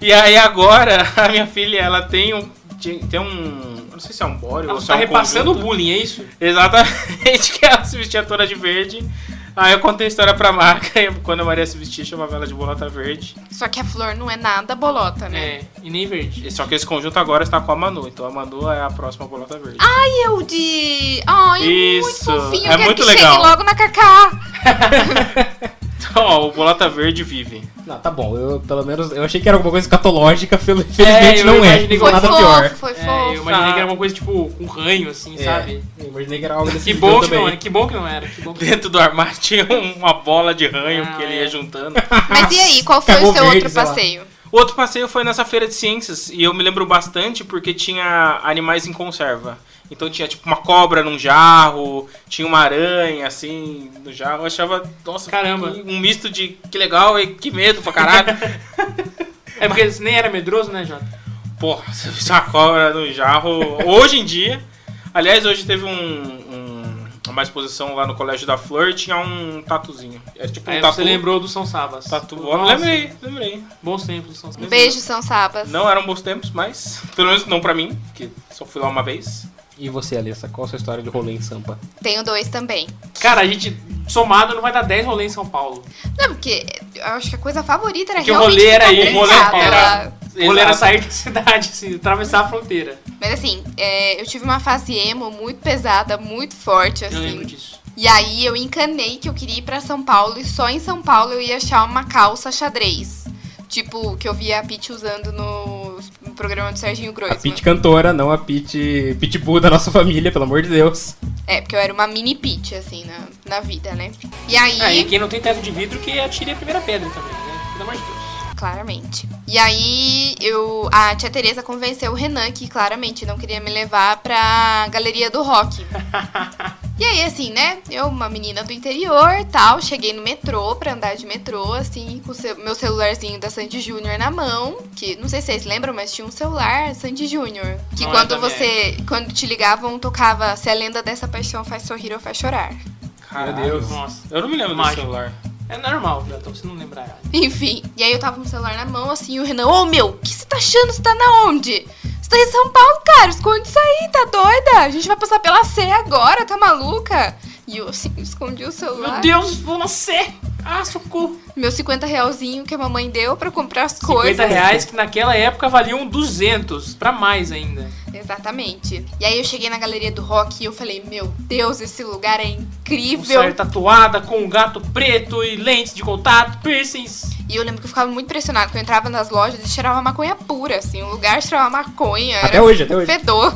Speaker 1: e aí agora, a minha filha, ela tem um. ti- Tem um. eu Não sei se é um bode ou
Speaker 2: Ela
Speaker 1: se
Speaker 2: tá
Speaker 1: é um
Speaker 2: repassando o
Speaker 1: conjunto.
Speaker 2: bullying, é isso?
Speaker 1: Exatamente, que ela se vestia toda de verde. Aí eu contei a história pra marca e quando a Maria se vestia, chamava ela de bolota verde.
Speaker 4: Só que a flor não é nada bolota, né?
Speaker 2: É, e nem verde.
Speaker 1: E Só que esse conjunto agora está com a Manu, então a Manu é a próxima bolota verde.
Speaker 2: Ah!
Speaker 4: E eu de. Ai,
Speaker 1: Isso,
Speaker 4: muito fofinho.
Speaker 1: é
Speaker 4: quero
Speaker 1: muito
Speaker 4: que
Speaker 1: legal.
Speaker 4: chegue logo na Cacá.
Speaker 1: Então, ó, o bolota verde vive.
Speaker 3: Não, tá bom. Eu, pelo menos, eu achei que era alguma coisa escatológica. fel- Felizmente
Speaker 2: eu
Speaker 3: não é.
Speaker 2: imaginei que
Speaker 4: Foi
Speaker 3: nada
Speaker 4: fofo,
Speaker 3: pior.
Speaker 4: foi
Speaker 2: É,
Speaker 4: fofo.
Speaker 2: eu imaginei que era uma coisa tipo com ranho, assim,
Speaker 3: É,
Speaker 2: sabe?
Speaker 3: Eu imaginei que era algo desse
Speaker 2: Que
Speaker 3: nível
Speaker 2: bom que,
Speaker 3: também.
Speaker 2: não, é. era, que bom que não era, que bom que
Speaker 1: Dentro do armário tinha uma bola de ranho
Speaker 2: Ah,
Speaker 1: que ele
Speaker 2: é.
Speaker 1: ia juntando.
Speaker 4: Mas e aí, qual foi
Speaker 3: Cagou
Speaker 4: o seu
Speaker 3: verde,
Speaker 4: outro
Speaker 3: sei lá.
Speaker 4: passeio?
Speaker 1: O outro passeio foi nessa feira de ciências e eu me lembro bastante porque tinha animais em conserva. Então tinha tipo uma cobra num jarro, tinha uma aranha assim no jarro. Eu achava, nossa,
Speaker 2: Caramba.
Speaker 1: que- um misto de que legal e que medo pra caralho.
Speaker 2: É porque eles nem era medroso, né, Jota?
Speaker 1: Porra, você vê uma cobra no jarro hoje em dia. Aliás, hoje teve um, um- uma exposição lá no Colégio da Flor e tinha um tatuzinho. É tipo um
Speaker 2: Aí
Speaker 1: tatu.
Speaker 2: você lembrou do São Sabas.
Speaker 1: Tatu.
Speaker 2: Nossa,
Speaker 1: Lembrei, lembrei.
Speaker 2: Bons tempos do São Sabas.
Speaker 4: Um beijo, São Sabas.
Speaker 1: Não eram bons tempos, mas pelo menos não pra mim, que só fui lá uma vez.
Speaker 3: E você, Alessa, qual a sua história de rolê em Sampa?
Speaker 4: Tenho dois também.
Speaker 2: Cara, a gente somado não vai dar 10 rolês em São Paulo.
Speaker 4: Não, porque eu acho que a coisa favorita era
Speaker 2: Porque o
Speaker 4: realmente
Speaker 2: rolê era
Speaker 4: ficar
Speaker 2: ir,
Speaker 1: o rolê
Speaker 4: trancada
Speaker 1: era-
Speaker 4: lá.
Speaker 2: O rolê era
Speaker 1: Exato.
Speaker 2: sair da cidade, assim, atravessar a fronteira.
Speaker 4: Mas assim, é, eu tive uma fase emo muito pesada, muito forte,
Speaker 2: Eu lembro
Speaker 4: assim.
Speaker 2: disso.
Speaker 4: E aí eu encanei que eu queria ir pra São Paulo e só em São Paulo eu ia achar uma calça xadrez. Tipo, que eu via a Pitty usando no no programa do Serginho
Speaker 3: A
Speaker 4: Groisman.
Speaker 2: né?
Speaker 3: Pete cantora, não a Pete Pitbull da nossa família, pelo amor de Deus.
Speaker 4: É, porque eu era uma mini Pitty, assim, na, na vida, né? E aí...
Speaker 2: Ah, e quem não tem teto de vidro que atire a primeira pedra também, né? Pelo amor de Deus.
Speaker 4: Claramente. E aí, eu, a tia Tereza convenceu o Renan que claramente não queria me levar pra galeria do rock. E aí, assim, né? Eu, uma menina do interior tal, cheguei no metrô pra andar de metrô, assim, com o ce- meu celularzinho da Sandy Júnior na mão. Que não sei se vocês lembram, mas tinha um celular Sandy Júnior. Que
Speaker 2: Não é
Speaker 4: quando
Speaker 2: da minha
Speaker 4: você. Quando te ligavam, tocava Se a lenda dessa paixão faz sorrir ou faz chorar.
Speaker 1: Caralho.
Speaker 3: Deus.
Speaker 2: Nossa.
Speaker 1: Eu não me lembro do
Speaker 2: Mágico.
Speaker 1: celular.
Speaker 2: É normal, Beto, você não lembrar.
Speaker 4: Enfim, e aí eu tava com o celular na mão, assim, e o Renan, ô meu, o que você tá achando? Você tá na onde? Você tá em São Paulo, cara, esconde isso aí, tá doida? A gente vai passar pela C agora, tá maluca? E eu, assim, escondi o
Speaker 2: Meu
Speaker 4: celular.
Speaker 2: Deus, você! Ah, socorro!
Speaker 4: Meu 50 realzinho que a mamãe deu pra comprar as
Speaker 2: 50
Speaker 4: coisas.
Speaker 2: reais que naquela época valiam 200, pra mais ainda.
Speaker 4: Exatamente. E aí eu cheguei na galeria do rock e eu falei, meu Deus, esse lugar é
Speaker 2: Com
Speaker 4: incrível.
Speaker 2: saia tatuada, com um gato preto e lentes de contato, piercings.
Speaker 4: E eu lembro que eu ficava muito impressionada quando eu entrava nas lojas e cheirava maconha pura, assim. O lugar cheirava maconha,
Speaker 3: Até
Speaker 4: era
Speaker 3: hoje, até hoje.
Speaker 4: fedor.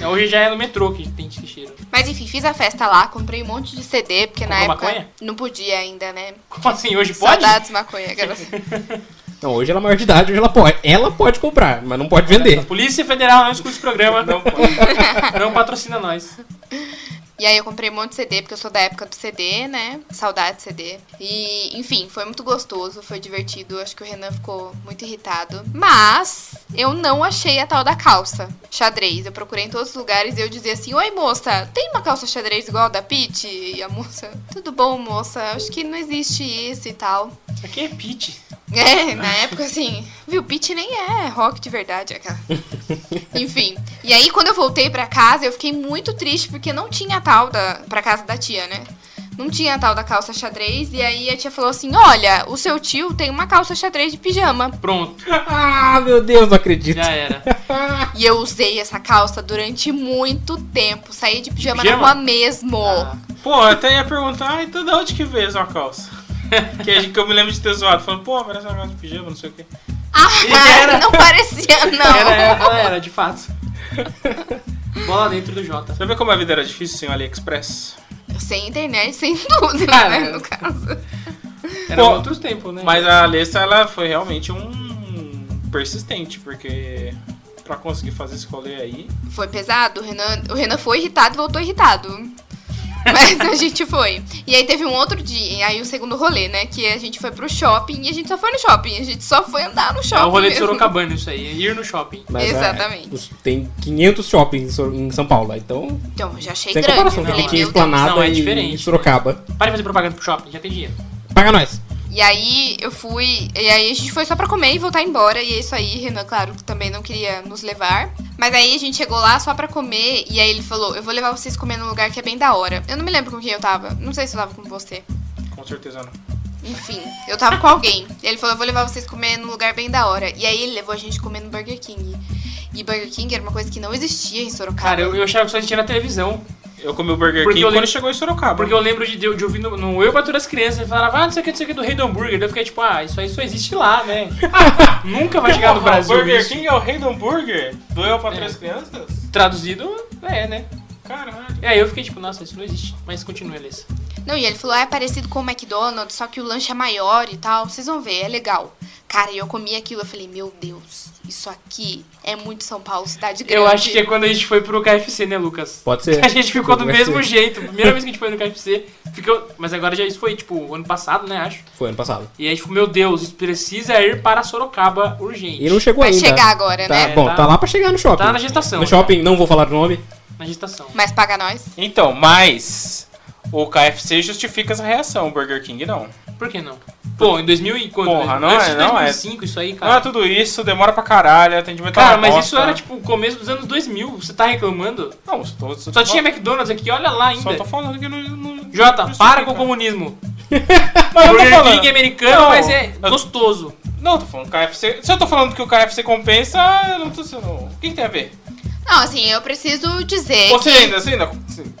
Speaker 2: É, Hoje já é no metrô que tem esse cheiro.
Speaker 4: Mas enfim, fiz a festa lá, comprei um monte de CD, porque na
Speaker 2: Comprou
Speaker 4: época
Speaker 2: maconha?
Speaker 4: não podia ainda, né?
Speaker 2: Como assim? Hoje pode?
Speaker 4: Saudades maconha, garoto.
Speaker 3: Não, hoje ela é maior de idade, hoje ela pode. Ela pode comprar, mas não pode
Speaker 2: A
Speaker 3: vender.
Speaker 2: Polícia Federal não escuta esse programa. Não, não patrocina nós.
Speaker 4: e aí eu comprei um monte de CD, porque eu sou da época do CD, né? Saudade de CD. E, enfim, foi muito gostoso, foi divertido. Acho que o Renan ficou muito irritado. Mas eu não achei a tal da calça xadrez. Eu procurei em todos os lugares e eu dizia assim: Oi, moça, tem uma calça xadrez igual a da Pete? E a moça, tudo bom, moça? Acho que não existe isso e tal.
Speaker 2: Aqui é Pete.
Speaker 4: É, na época assim, viu, Pete nem é rock de verdade, aquela. Enfim. E aí quando eu voltei pra casa, eu fiquei muito triste porque não tinha a tal da para casa da tia, né? Não tinha a tal da calça xadrez e aí a tia falou assim: "Olha, o seu tio tem uma calça xadrez de pijama".
Speaker 2: Pronto,
Speaker 3: Ah, meu Deus, não acredito.
Speaker 2: já é. era. Ah.
Speaker 4: E eu usei essa calça durante muito tempo, saí de pijama,
Speaker 2: Pijama?
Speaker 4: na rua mesmo.
Speaker 2: Ah,
Speaker 1: Pô, eu até ia perguntar, ah, então de onde que veio essa calça? que, a gente- que eu me lembro de ter zoado, falando, pô, parece uma calça de pijama, não sei o quê.
Speaker 2: era.
Speaker 4: Ah, não parecia não.
Speaker 2: Era, era, era, de fato. Bola dentro do Jota.
Speaker 1: Você vê como a vida era difícil sem o AliExpress?
Speaker 4: Sem internet, sem tudo,
Speaker 2: Cara.
Speaker 4: né, no caso.
Speaker 2: Era
Speaker 1: Pô,
Speaker 2: outros tempos, né?
Speaker 1: Mas a Alessa, ela foi realmente um persistente, porque pra conseguir fazer esse rolê aí...
Speaker 4: Foi pesado, o Renan, o Renan foi irritado e voltou irritado. Mas a gente foi. E aí teve um outro dia, e aí o segundo rolê, né? Que a gente foi pro shopping e a gente só foi no shopping. A gente só foi andar no
Speaker 2: é
Speaker 4: shopping.
Speaker 2: o rolê de
Speaker 4: mesmo.
Speaker 2: Sorocabana isso aí, é ir no shopping.
Speaker 3: Mas, é,
Speaker 4: Exatamente.
Speaker 3: os- tem 500 shoppings em Sor- em São Paulo, então
Speaker 4: Então, eu já achei
Speaker 3: sem
Speaker 4: grande.
Speaker 3: comparação.
Speaker 4: Eu
Speaker 2: né?
Speaker 3: Tem
Speaker 4: falei,
Speaker 3: que
Speaker 4: meu Deus.
Speaker 3: esplanada
Speaker 2: Não, é
Speaker 3: e
Speaker 2: diferente.
Speaker 3: Sorocaba.
Speaker 2: Para de fazer propaganda pro shopping, já tem dinheiro.
Speaker 3: Paga nós.
Speaker 4: E aí eu fui. E aí a gente foi só pra comer e voltar embora. E é isso aí, Renan, claro, que também não queria nos levar. Mas aí a gente chegou lá só pra comer. E aí ele falou: Eu vou levar vocês comer num lugar que é bem da hora. Eu não me lembro com quem eu tava. Não sei se eu tava com você.
Speaker 1: Com certeza não.
Speaker 4: Enfim, eu tava com alguém. E ele falou: eu vou levar vocês comer num lugar bem da hora. E aí ele levou a gente comer no Burger King. E Burger King era uma coisa que não existia em Sorocaba.
Speaker 2: Cara, eu, eu achava que só existia na televisão.
Speaker 1: Eu comi o Burger
Speaker 2: Porque
Speaker 1: King
Speaker 2: eu
Speaker 1: quando
Speaker 2: lembro-
Speaker 1: chegou em Sorocaba.
Speaker 2: Porque eu lembro de, de, de ouvir no, no Eu Batura as Crianças, ele falava, ah, não sei o que, não sei o que, do Rei do Hambúrguer. Daí eu fiquei tipo, ah, isso aí só existe lá, né? Nunca vai chegar no
Speaker 1: Porra,
Speaker 2: Brasil
Speaker 1: Burger
Speaker 2: isso.
Speaker 1: King é o rei do hambúrguer? Doeu pra três crianças?
Speaker 2: Traduzido, é, né?
Speaker 1: Caralho.
Speaker 2: E aí eu fiquei tipo, nossa, isso não existe. Mas continua, Alessa.
Speaker 4: Não, e ele falou: ah, é parecido com o McDonald's, só que o lanche é maior e tal. Vocês vão ver, é legal. Cara, e eu comi aquilo. Eu falei: meu Deus, isso aqui é muito São Paulo, cidade grande.
Speaker 2: Eu acho que é quando a gente foi pro KFC, né, Lucas?
Speaker 3: Pode ser.
Speaker 2: A gente ficou do
Speaker 3: Vai
Speaker 2: mesmo
Speaker 3: ser.
Speaker 2: jeito. Primeira vez que a gente foi no KFC, ficou. Mas agora já isso foi, tipo, ano passado, né, acho.
Speaker 3: Foi ano passado.
Speaker 2: E aí, a gente falou, meu Deus, isso precisa ir para Sorocaba urgente.
Speaker 3: E não chegou
Speaker 4: Vai
Speaker 3: ainda.
Speaker 4: chegar agora,
Speaker 3: Tá,
Speaker 4: né?
Speaker 3: bom,
Speaker 2: tá-
Speaker 3: tá, lá pra chegar no shopping.
Speaker 2: Tá na gestação.
Speaker 3: No shopping, não vou falar o nome.
Speaker 2: Na gestação.
Speaker 4: Mas paga nós.
Speaker 1: Então, mas o KFC justifica essa reação, o Burger King não.
Speaker 2: Por que não? Pô, em 2000 e quando?
Speaker 1: Porra, não
Speaker 2: Antes
Speaker 1: é,
Speaker 2: de
Speaker 1: não é.
Speaker 2: 2005, isso aí,
Speaker 1: Não é
Speaker 2: cara.
Speaker 1: tudo isso, demora pra caralho, atendimento é
Speaker 2: Cara,
Speaker 1: uma
Speaker 2: mas
Speaker 1: bosta.
Speaker 2: isso era tipo o começo dos anos 2000. Você tá reclamando?
Speaker 1: Não, só, tô- só
Speaker 2: Só
Speaker 1: tô-
Speaker 2: tinha McDonald's aqui, olha lá
Speaker 1: Só tô
Speaker 2: ainda.
Speaker 1: falando que não. não
Speaker 2: Jota, para com o
Speaker 1: como.
Speaker 2: comunismo.
Speaker 1: Não, eu tô
Speaker 2: Burger
Speaker 1: falando.
Speaker 2: King é americano,
Speaker 1: Não,
Speaker 2: mas é
Speaker 1: eu-
Speaker 2: gostoso.
Speaker 1: Não, eu tô falando KFC. Se eu tô falando que o KFC compensa, eu não tô sendo. O que, que tem a ver?
Speaker 4: Não, assim, eu preciso dizer.
Speaker 1: Você
Speaker 4: É que
Speaker 1: ainda, você ainda.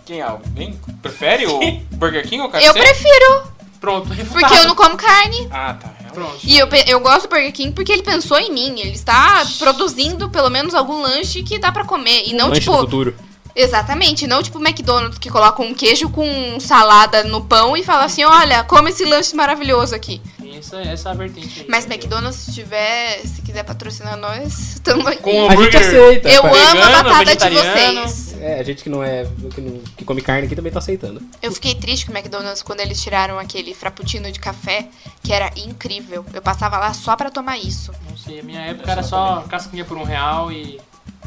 Speaker 1: Quem é? Alguém prefere o Burger King ou o KFC?
Speaker 4: Eu prefiro,
Speaker 2: Pronto,
Speaker 4: porque eu não como carne.
Speaker 1: Ah, tá. realmente.
Speaker 2: Pronto.
Speaker 4: E eu, pe- eu gosto do Burger King porque ele pensou em mim. Ele está produzindo pelo menos algum lanche que dá pra comer. E não
Speaker 3: Lanche do
Speaker 4: tipo.
Speaker 3: futuro.
Speaker 4: Exatamente, não tipo McDonald's que coloca um queijo com salada no pão e fala assim: olha, come esse lanche maravilhoso aqui.
Speaker 2: Tem essa, é, essa vertente aí.
Speaker 4: Mas
Speaker 2: entendeu?
Speaker 4: McDonald's, se tiver, se quiser patrocinar nós, estamos aqui.
Speaker 2: Com
Speaker 3: A gente
Speaker 2: hambúrguer.
Speaker 3: aceita.
Speaker 4: Eu
Speaker 3: pare-
Speaker 4: amo a
Speaker 2: vegano,
Speaker 4: batata de
Speaker 2: vegetariano.
Speaker 4: vocês.
Speaker 3: É, a gente que não é. Que, não- que come carne aqui também tá aceitando.
Speaker 4: Eu fiquei triste com o McDonald's quando eles tiraram aquele frappuccino de café, que era incrível. Eu passava lá só pra tomar isso.
Speaker 2: Não sei, a minha época era só casquinha por um real e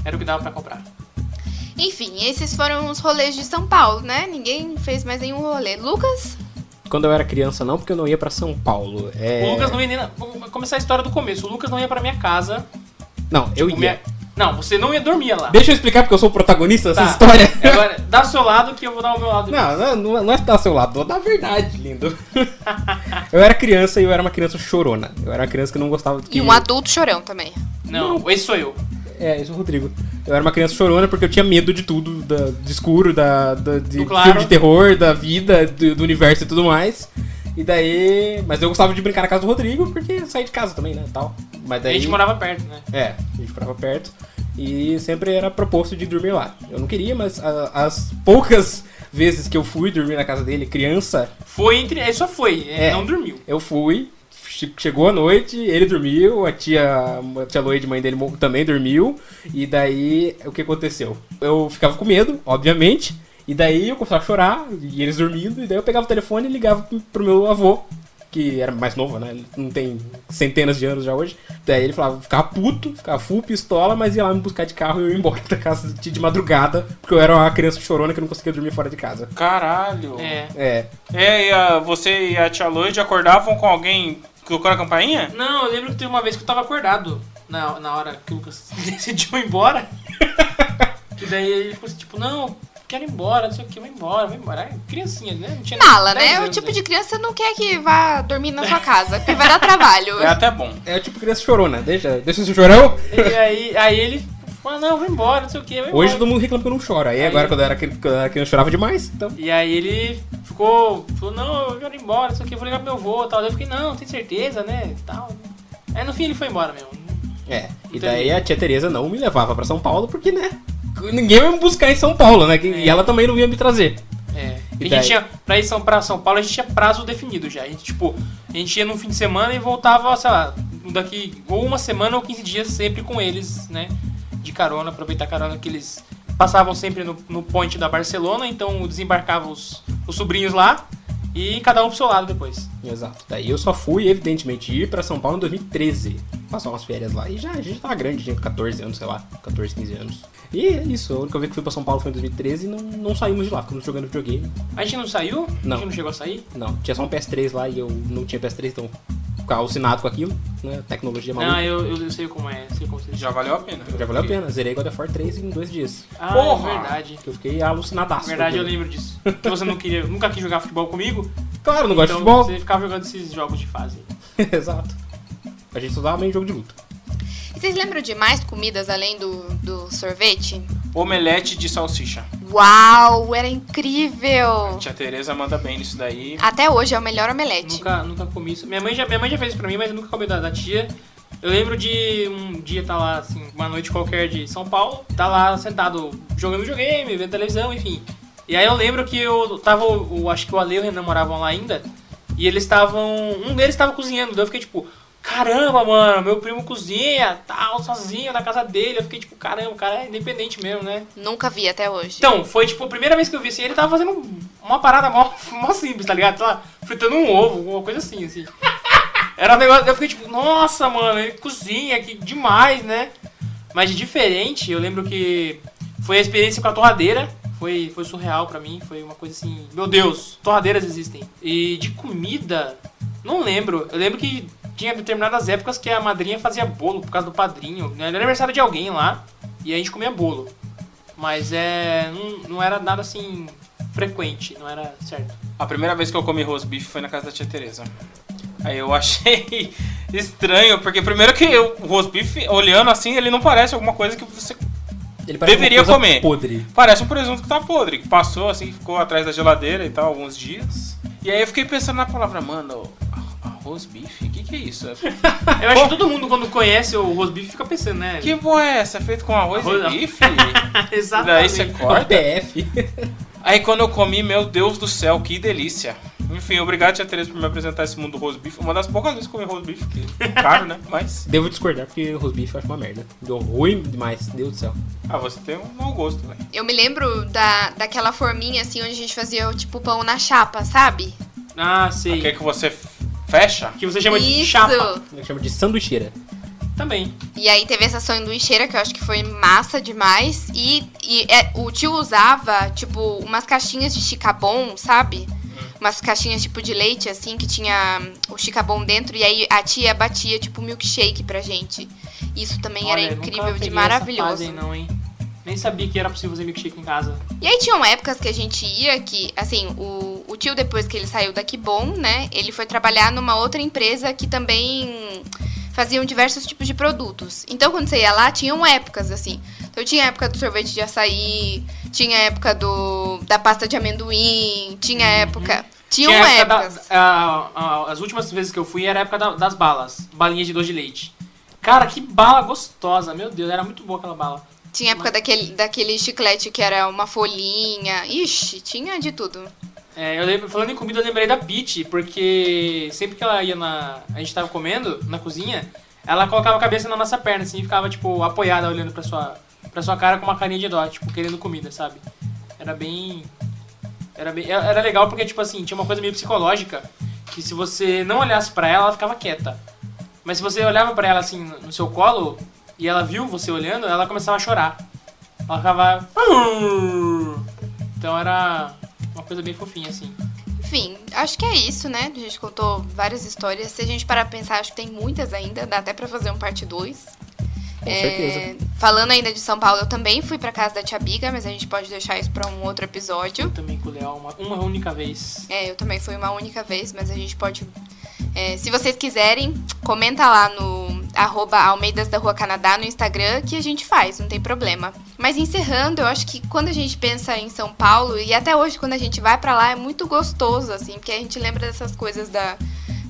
Speaker 2: era o que dava pra comprar.
Speaker 4: Enfim, esses foram os rolês de São Paulo, né? Ninguém fez mais nenhum rolê. Lucas?
Speaker 3: Quando eu era criança, não, porque eu não ia pra São Paulo. É...
Speaker 2: O Lucas não ia nem. na- Vamos começar a história do começo. O Lucas não ia pra minha casa.
Speaker 3: Não, eu ia.
Speaker 2: O tipo, minha- Não, você não ia dormir lá.
Speaker 3: Deixa eu explicar porque eu sou o protagonista dessa
Speaker 2: Tá.
Speaker 3: história.
Speaker 2: Agora, dá o seu lado que eu vou dar o meu lado.
Speaker 3: Não, não, não é- não é dar seu lado, da verdade, lindo. eu era criança e eu era uma criança chorona. Eu era uma criança que não gostava de que.
Speaker 4: E um adulto chorão também.
Speaker 2: Não, esse sou eu.
Speaker 3: É, isso é o Rodrigo. Eu era uma criança chorona porque eu tinha medo de tudo, da, de escuro, da, da- de
Speaker 2: Do claro.
Speaker 3: filme de terror, da vida, do, do universo e tudo mais. E daí. Mas eu gostava de brincar na casa do Rodrigo porque eu saí de casa também, né? Tal. Mas
Speaker 2: A
Speaker 3: daí.
Speaker 2: gente morava perto, né?
Speaker 3: É, a gente morava perto. E sempre era proposto de dormir lá. Eu não queria, mas a- as poucas vezes que eu fui dormir na casa dele, criança,
Speaker 2: Foi entre. Ele só foi, ele
Speaker 3: É.
Speaker 2: não dormiu.
Speaker 3: eu fui. che- Chegou a noite, ele dormiu, a tia, a tia Lloyd, mãe dele, mo- também dormiu. E daí, o que aconteceu? Eu ficava com medo, obviamente. E daí eu começava a chorar, e eles dormindo. E daí eu pegava o telefone e ligava pro- pro meu avô, que era mais novo, né? Ele não tem centenas de anos já hoje. Daí ele falava, ficava puto, ficava full pistola, mas ia lá me buscar de carro e eu ia embora da casa de de madrugada, porque eu era uma criança chorona que não conseguia dormir fora de casa.
Speaker 1: Caralho. É,
Speaker 2: É.
Speaker 3: É,
Speaker 1: e a- você e a tia Lloyd acordavam com alguém tocando a campainha?
Speaker 2: Não, eu lembro que teve uma vez que eu tava acordado na, na hora que o Lucas decidiu ir embora. que daí ele ficou assim, tipo, não, quero ir embora, não sei o que, vai embora, vai embora. Ai, Criancinha, né? Não tinha nem
Speaker 4: Mala,
Speaker 2: 10
Speaker 4: né? O
Speaker 2: anos,
Speaker 4: tipo de criança não quer que vá dormir na sua casa, porque vai dar trabalho.
Speaker 1: É até bom.
Speaker 3: é tipo criança chorona, deixa, deixa esse chorão.
Speaker 2: E aí, aí ele falou, "Ah, não, vai embora, não sei o que, vai
Speaker 3: Hoje
Speaker 2: embora.
Speaker 3: todo mundo reclama que eu não choro. Aí, agora, quando eu, era, cri- quando eu era criança, eu chorava demais. Então,
Speaker 2: E aí ele ficou, falou, não, eu quero ir embora, não sei o que, eu vou ligar pro meu avô e tal. Daí eu fiquei, não, tem certeza, né? e Tal. Aí no fim ele foi embora mesmo.
Speaker 3: é. E
Speaker 2: Entendi.
Speaker 3: daí a tia Tereza não me levava pra São Paulo, porque, né? Ninguém ia me buscar em São Paulo, né? E ela também não ia me trazer.
Speaker 2: É.
Speaker 3: E
Speaker 2: a
Speaker 3: daí?
Speaker 2: gente tinha, pra ir São, pra São Paulo, a gente tinha prazo definido já. A gente, tipo, a gente ia num fim de semana e voltava, sei lá, daqui ou uma semana ou 15 dias sempre com eles, né? De carona, aproveitar a carona que eles passavam sempre no, no ponte da Barcelona, então desembarcavam os, os sobrinhos lá e cada um pro seu lado depois.
Speaker 3: Exato. Daí eu só fui, evidentemente, ir pra São Paulo em 2013. Passar umas férias lá. E já, a gente tava grande, tinha 14 anos, sei lá. 14, 15 anos. E é isso. A única vez que eu fui pra São Paulo foi em 2013 e não, não saímos de lá. Ficamos jogando videogame.
Speaker 2: A gente não saiu? A
Speaker 3: Não.
Speaker 2: gente não chegou a sair?
Speaker 3: Não, tinha só um PS3 lá e eu não tinha PS3, então ficava alucinado com aquilo, né? Tecnologia
Speaker 2: Não,
Speaker 3: maluca.
Speaker 2: eu, eu, eu sei como é, sei como vocês
Speaker 1: Já valeu a pena.
Speaker 3: Já valeu a pena. Zerei God of War 3 em dois dias.
Speaker 2: Ah,
Speaker 1: Porra!
Speaker 2: é verdade.
Speaker 3: Que eu fiquei alucinadaço.
Speaker 2: Na verdade, eu
Speaker 3: Porque-
Speaker 2: lembro disso. Que você não queria, nunca quis jogar futebol comigo,
Speaker 3: Claro, eu não gosto
Speaker 2: então
Speaker 3: de
Speaker 2: você ficava jogando esses jogos de fase.
Speaker 3: futebol. Exato. A gente só dava meio jogo de luta.
Speaker 4: E Vocês lembram de mais comidas além do, do sorvete?
Speaker 1: Omelete de salsicha.
Speaker 4: Uau, era incrível!
Speaker 1: Tia Tereza manda bem nisso daí.
Speaker 4: Até hoje é o melhor omelete.
Speaker 2: Nunca, nunca comi isso. Minha mãe, já, minha mãe já fez isso pra mim, mas eu nunca comi da, da tia. Eu lembro de um dia tá lá, assim, uma noite qualquer de São Paulo, tá lá sentado jogando videogame, vendo televisão, enfim. E aí eu lembro que eu tava, o, o- acho que o Ale e o Renan moravam lá ainda, e eles estavam, um deles tava cozinhando, daí eu fiquei tipo, caramba, mano, meu primo cozinha, tal, sozinho, na casa dele. Eu fiquei tipo, caramba, o cara é independente mesmo, né?
Speaker 4: Nunca vi até hoje.
Speaker 2: Então, foi tipo a primeira vez que eu vi assim, ele tava fazendo uma parada mó, mó simples, tá ligado? Sei lá, fritando um ovo, alguma coisa assim, assim. Era um negócio, eu fiquei tipo, nossa, mano, ele cozinha que demais, né? Mas de diferente, eu lembro que foi a experiência com a torradeira, foi, foi surreal pra mim, foi uma coisa assim, meu Deus, torradeiras existem. E de comida, não lembro, eu lembro que tinha determinadas épocas que a madrinha fazia bolo por causa do padrinho, né? era aniversário de alguém lá, e a gente comia bolo. Mas é. Não, não era nada assim frequente, não era certo.
Speaker 1: A primeira vez que eu comi roast beef foi na casa da tia Tereza. Aí eu achei estranho, porque primeiro que eu- o roast beef, olhando assim, ele não parece alguma coisa que você...
Speaker 3: Ele
Speaker 1: Deveria
Speaker 3: uma coisa
Speaker 1: comer.
Speaker 3: podre.
Speaker 1: Parece um presunto que tá podre, que passou assim, ficou atrás da geladeira e tal, alguns dias. E aí eu fiquei pensando na palavra, mano, a- a roast beef, o que que é isso?
Speaker 2: Eu acho que todo mundo quando conhece o roast beef fica pensando, né?
Speaker 1: Que porra é essa? Feito com arroz,
Speaker 2: Arroz,
Speaker 1: e
Speaker 2: não.
Speaker 1: bife? e daí
Speaker 2: Exatamente.
Speaker 1: você
Speaker 3: Corta.
Speaker 1: corta.
Speaker 3: PF.
Speaker 1: Aí quando eu comi, meu Deus do céu, que delícia. Enfim, obrigado, tia Tereza, por me apresentar esse mundo do roast beef. Uma das poucas vezes que eu comi roast beef, que é caro, né? Mas,
Speaker 3: Devo discordar porque o roast beef eu acho uma merda. Deu ruim demais, Deus do céu.
Speaker 1: ah, você tem um mau gosto, velho.
Speaker 4: Eu me lembro da, daquela forminha assim onde a gente fazia o tipo pão na chapa, sabe?
Speaker 2: Ah, sei.
Speaker 1: Quer que você fecha?
Speaker 2: Que você chama de
Speaker 4: Isso!
Speaker 2: chapa.
Speaker 3: Eu chamo de sanduicheira.
Speaker 2: Também.
Speaker 4: E aí teve essa sanduicheira que eu acho que foi massa demais. E, e é, o tio usava, tipo, umas caixinhas de chicabon, sabe? Umas caixinhas tipo de leite, assim, que tinha hum, o chicabon dentro. E aí a tia batia, tipo, milkshake pra gente. Isso também
Speaker 2: Olha,
Speaker 4: era
Speaker 2: eu nunca
Speaker 4: incrível
Speaker 2: peguei
Speaker 4: de
Speaker 2: essa
Speaker 4: maravilhoso.
Speaker 2: fase aí não, hein? Nem sabia que era possível fazer milkshake em casa.
Speaker 4: E aí tinham épocas que a gente ia que, assim, o, o tio, depois que ele saiu da Kibon, né? Ele foi trabalhar numa outra empresa que também faziam diversos tipos de produtos. Então, quando você ia lá, tinham épocas, assim. Então, tinha a época do sorvete de açaí, tinha a época do, da pasta de amendoim, tinha a época... Tinham
Speaker 2: Uhum. Tinha a época da-
Speaker 4: épocas.
Speaker 2: a- a- as últimas vezes que eu fui era a época da- das balas. Balinhas de doce de leite. Cara, que bala gostosa. Meu Deus, era muito boa aquela bala.
Speaker 4: Tinha a época daquele, daquele chiclete que era uma folhinha. Ixi, tinha de tudo.
Speaker 2: É, eu lembro, falando em comida, eu lembrei da Peach, porque sempre que ela ia na. A gente tava comendo na cozinha, ela colocava a cabeça na nossa perna, assim, e ficava, tipo, apoiada olhando pra sua, pra sua cara com uma carinha de dó, tipo, querendo comida, sabe? Era bem. Era bem. Era era legal porque, tipo assim, tinha uma coisa meio psicológica, que se você não olhasse pra ela, ela ficava quieta. Mas se você olhava pra ela assim no seu colo e ela viu você olhando, ela começava a chorar. Ela ficava. Então era uma coisa bem fofinha, assim.
Speaker 4: Enfim, acho que é isso, né? A gente contou várias histórias. Se a gente parar pra pensar, acho que tem muitas ainda, dá até pra fazer um parte 2.
Speaker 3: Com certeza.
Speaker 4: Falando ainda de São Paulo, eu também fui pra casa da tia Biga, mas a gente pode deixar isso pra um outro episódio.
Speaker 2: Eu também com o Leal uma, uma única vez.
Speaker 4: É, eu também fui uma única vez, mas a gente pode. é, se vocês quiserem, comenta lá no arroba Almeidas da Rua Canadá no Instagram que a gente faz, não tem problema. Mas encerrando, eu acho que quando a gente pensa em São Paulo, e até hoje quando a gente vai pra lá, é muito gostoso, assim, porque a gente lembra dessas coisas da,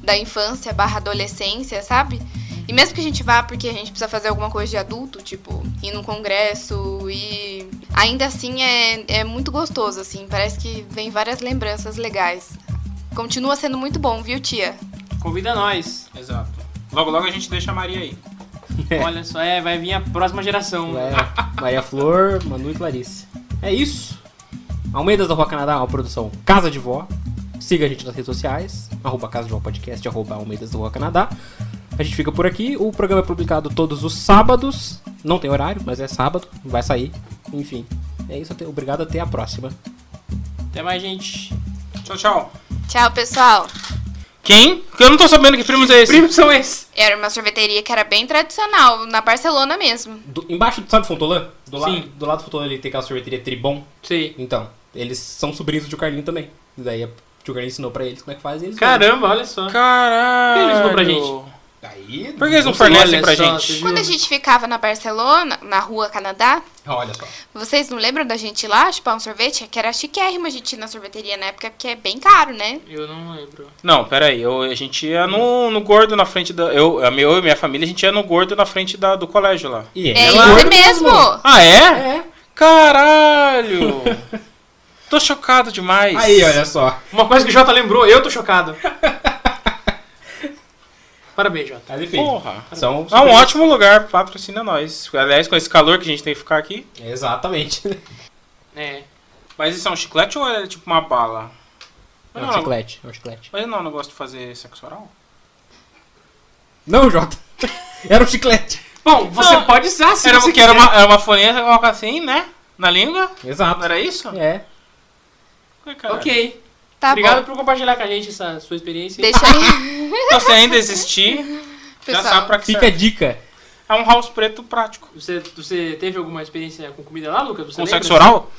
Speaker 4: da infância barra adolescência, sabe? E mesmo que a gente vá porque a gente precisa fazer alguma coisa de adulto, tipo, ir num congresso e. Ainda assim é, é muito gostoso, assim. Parece que vem várias lembranças legais. Continua sendo muito bom, viu, tia?
Speaker 2: Convida nós.
Speaker 1: Exato. Logo, logo a gente deixa a Maria aí.
Speaker 2: Olha só, é, vai vir a próxima geração.
Speaker 3: É, Maria Flor, Manu e Clarice. É isso. Almeidas da Rua Canadá é uma produção Casa de Vó. Siga a gente nas redes sociais, arroba Casa de Vó Podcast, arroba Almeidas da Rua Canadá. A gente fica por aqui. O programa é publicado todos os sábados. Não tem horário, mas é sábado. Vai sair. Enfim, é isso. até- Obrigado, até a próxima.
Speaker 2: Até mais, gente.
Speaker 1: Tchau, tchau.
Speaker 4: Tchau, pessoal!
Speaker 1: Quem? Porque eu não tô sabendo que primos é esse.
Speaker 2: Primos são esses.
Speaker 4: Era uma sorveteria que era bem tradicional, na Barcelona mesmo.
Speaker 3: Do- embaixo, sabe o Fontolan? Do, lado-
Speaker 2: Sim.
Speaker 3: do lado do Fontolan ele tem aquela sorveteria Tribom.
Speaker 2: Sei.
Speaker 3: Então, eles são sobrinhos do Tio Carlinho também. E Daí o Tio Carlinho ensinou pra eles como é que faz e eles
Speaker 2: Caramba, olha só.
Speaker 1: Caralho.
Speaker 2: Por que eles não pra gente?
Speaker 3: Aí,
Speaker 1: Por que eles não
Speaker 3: sei.
Speaker 1: fornecem
Speaker 2: Olha
Speaker 1: pra
Speaker 2: só,
Speaker 1: gente?
Speaker 2: vocês
Speaker 4: Quando a gente ficava na Barcelona, na rua Canadá,
Speaker 3: Olha só.
Speaker 4: vocês não lembram da gente ir lá chupar um sorvete? Que era chiquérrimo a gente ir na sorveteria na época, porque é bem caro, né?
Speaker 2: Eu não lembro.
Speaker 1: Não, peraí. Eu, a gente ia no, no gordo na frente da. Eu, a minha- eu e minha família, a gente ia no gordo na frente da, do colégio lá.
Speaker 3: E
Speaker 4: É
Speaker 3: ela-
Speaker 4: isso mesmo!
Speaker 1: Ah, é?
Speaker 3: É.
Speaker 1: Caralho! tô chocado demais.
Speaker 3: Aí, olha só.
Speaker 2: Uma coisa que o Jota lembrou, eu tô chocado. Parabéns, Jota.
Speaker 3: Mas enfim.
Speaker 1: Porra.
Speaker 3: São
Speaker 1: É um ótimo lugar, patrocina nós. Aliás, com esse calor que a gente tem que ficar aqui.
Speaker 3: Exatamente.
Speaker 2: É.
Speaker 1: Mas isso é um chiclete ou é tipo uma bala?
Speaker 3: É
Speaker 1: Mas
Speaker 3: um
Speaker 1: não,
Speaker 3: chiclete, é um chiclete.
Speaker 1: mas não, eu não gosto de fazer sexo oral.
Speaker 3: Não, Jota. Era um chiclete.
Speaker 2: Bom, você
Speaker 1: Não,
Speaker 2: pode usar se
Speaker 1: Era
Speaker 2: você
Speaker 1: porque era
Speaker 2: quiser.
Speaker 1: uma, era uma folhinha, você coloca assim, né? Na língua. Não
Speaker 3: Exato.
Speaker 1: era isso?
Speaker 3: É.
Speaker 1: Ai, caralho.
Speaker 2: Ok.
Speaker 4: Tá
Speaker 2: Obrigado
Speaker 4: bom.
Speaker 2: por compartilhar com a gente essa sua experiência.
Speaker 4: Deixa aí,
Speaker 1: Então, se ainda existir, já sabe
Speaker 4: pessoal.
Speaker 1: pra que
Speaker 3: Fica a
Speaker 1: serve.
Speaker 3: dica.
Speaker 1: É um house preto prático.
Speaker 2: Você, você teve alguma experiência com comida lá, Lucas? Você
Speaker 1: Com
Speaker 2: lembra?
Speaker 1: sexo oral?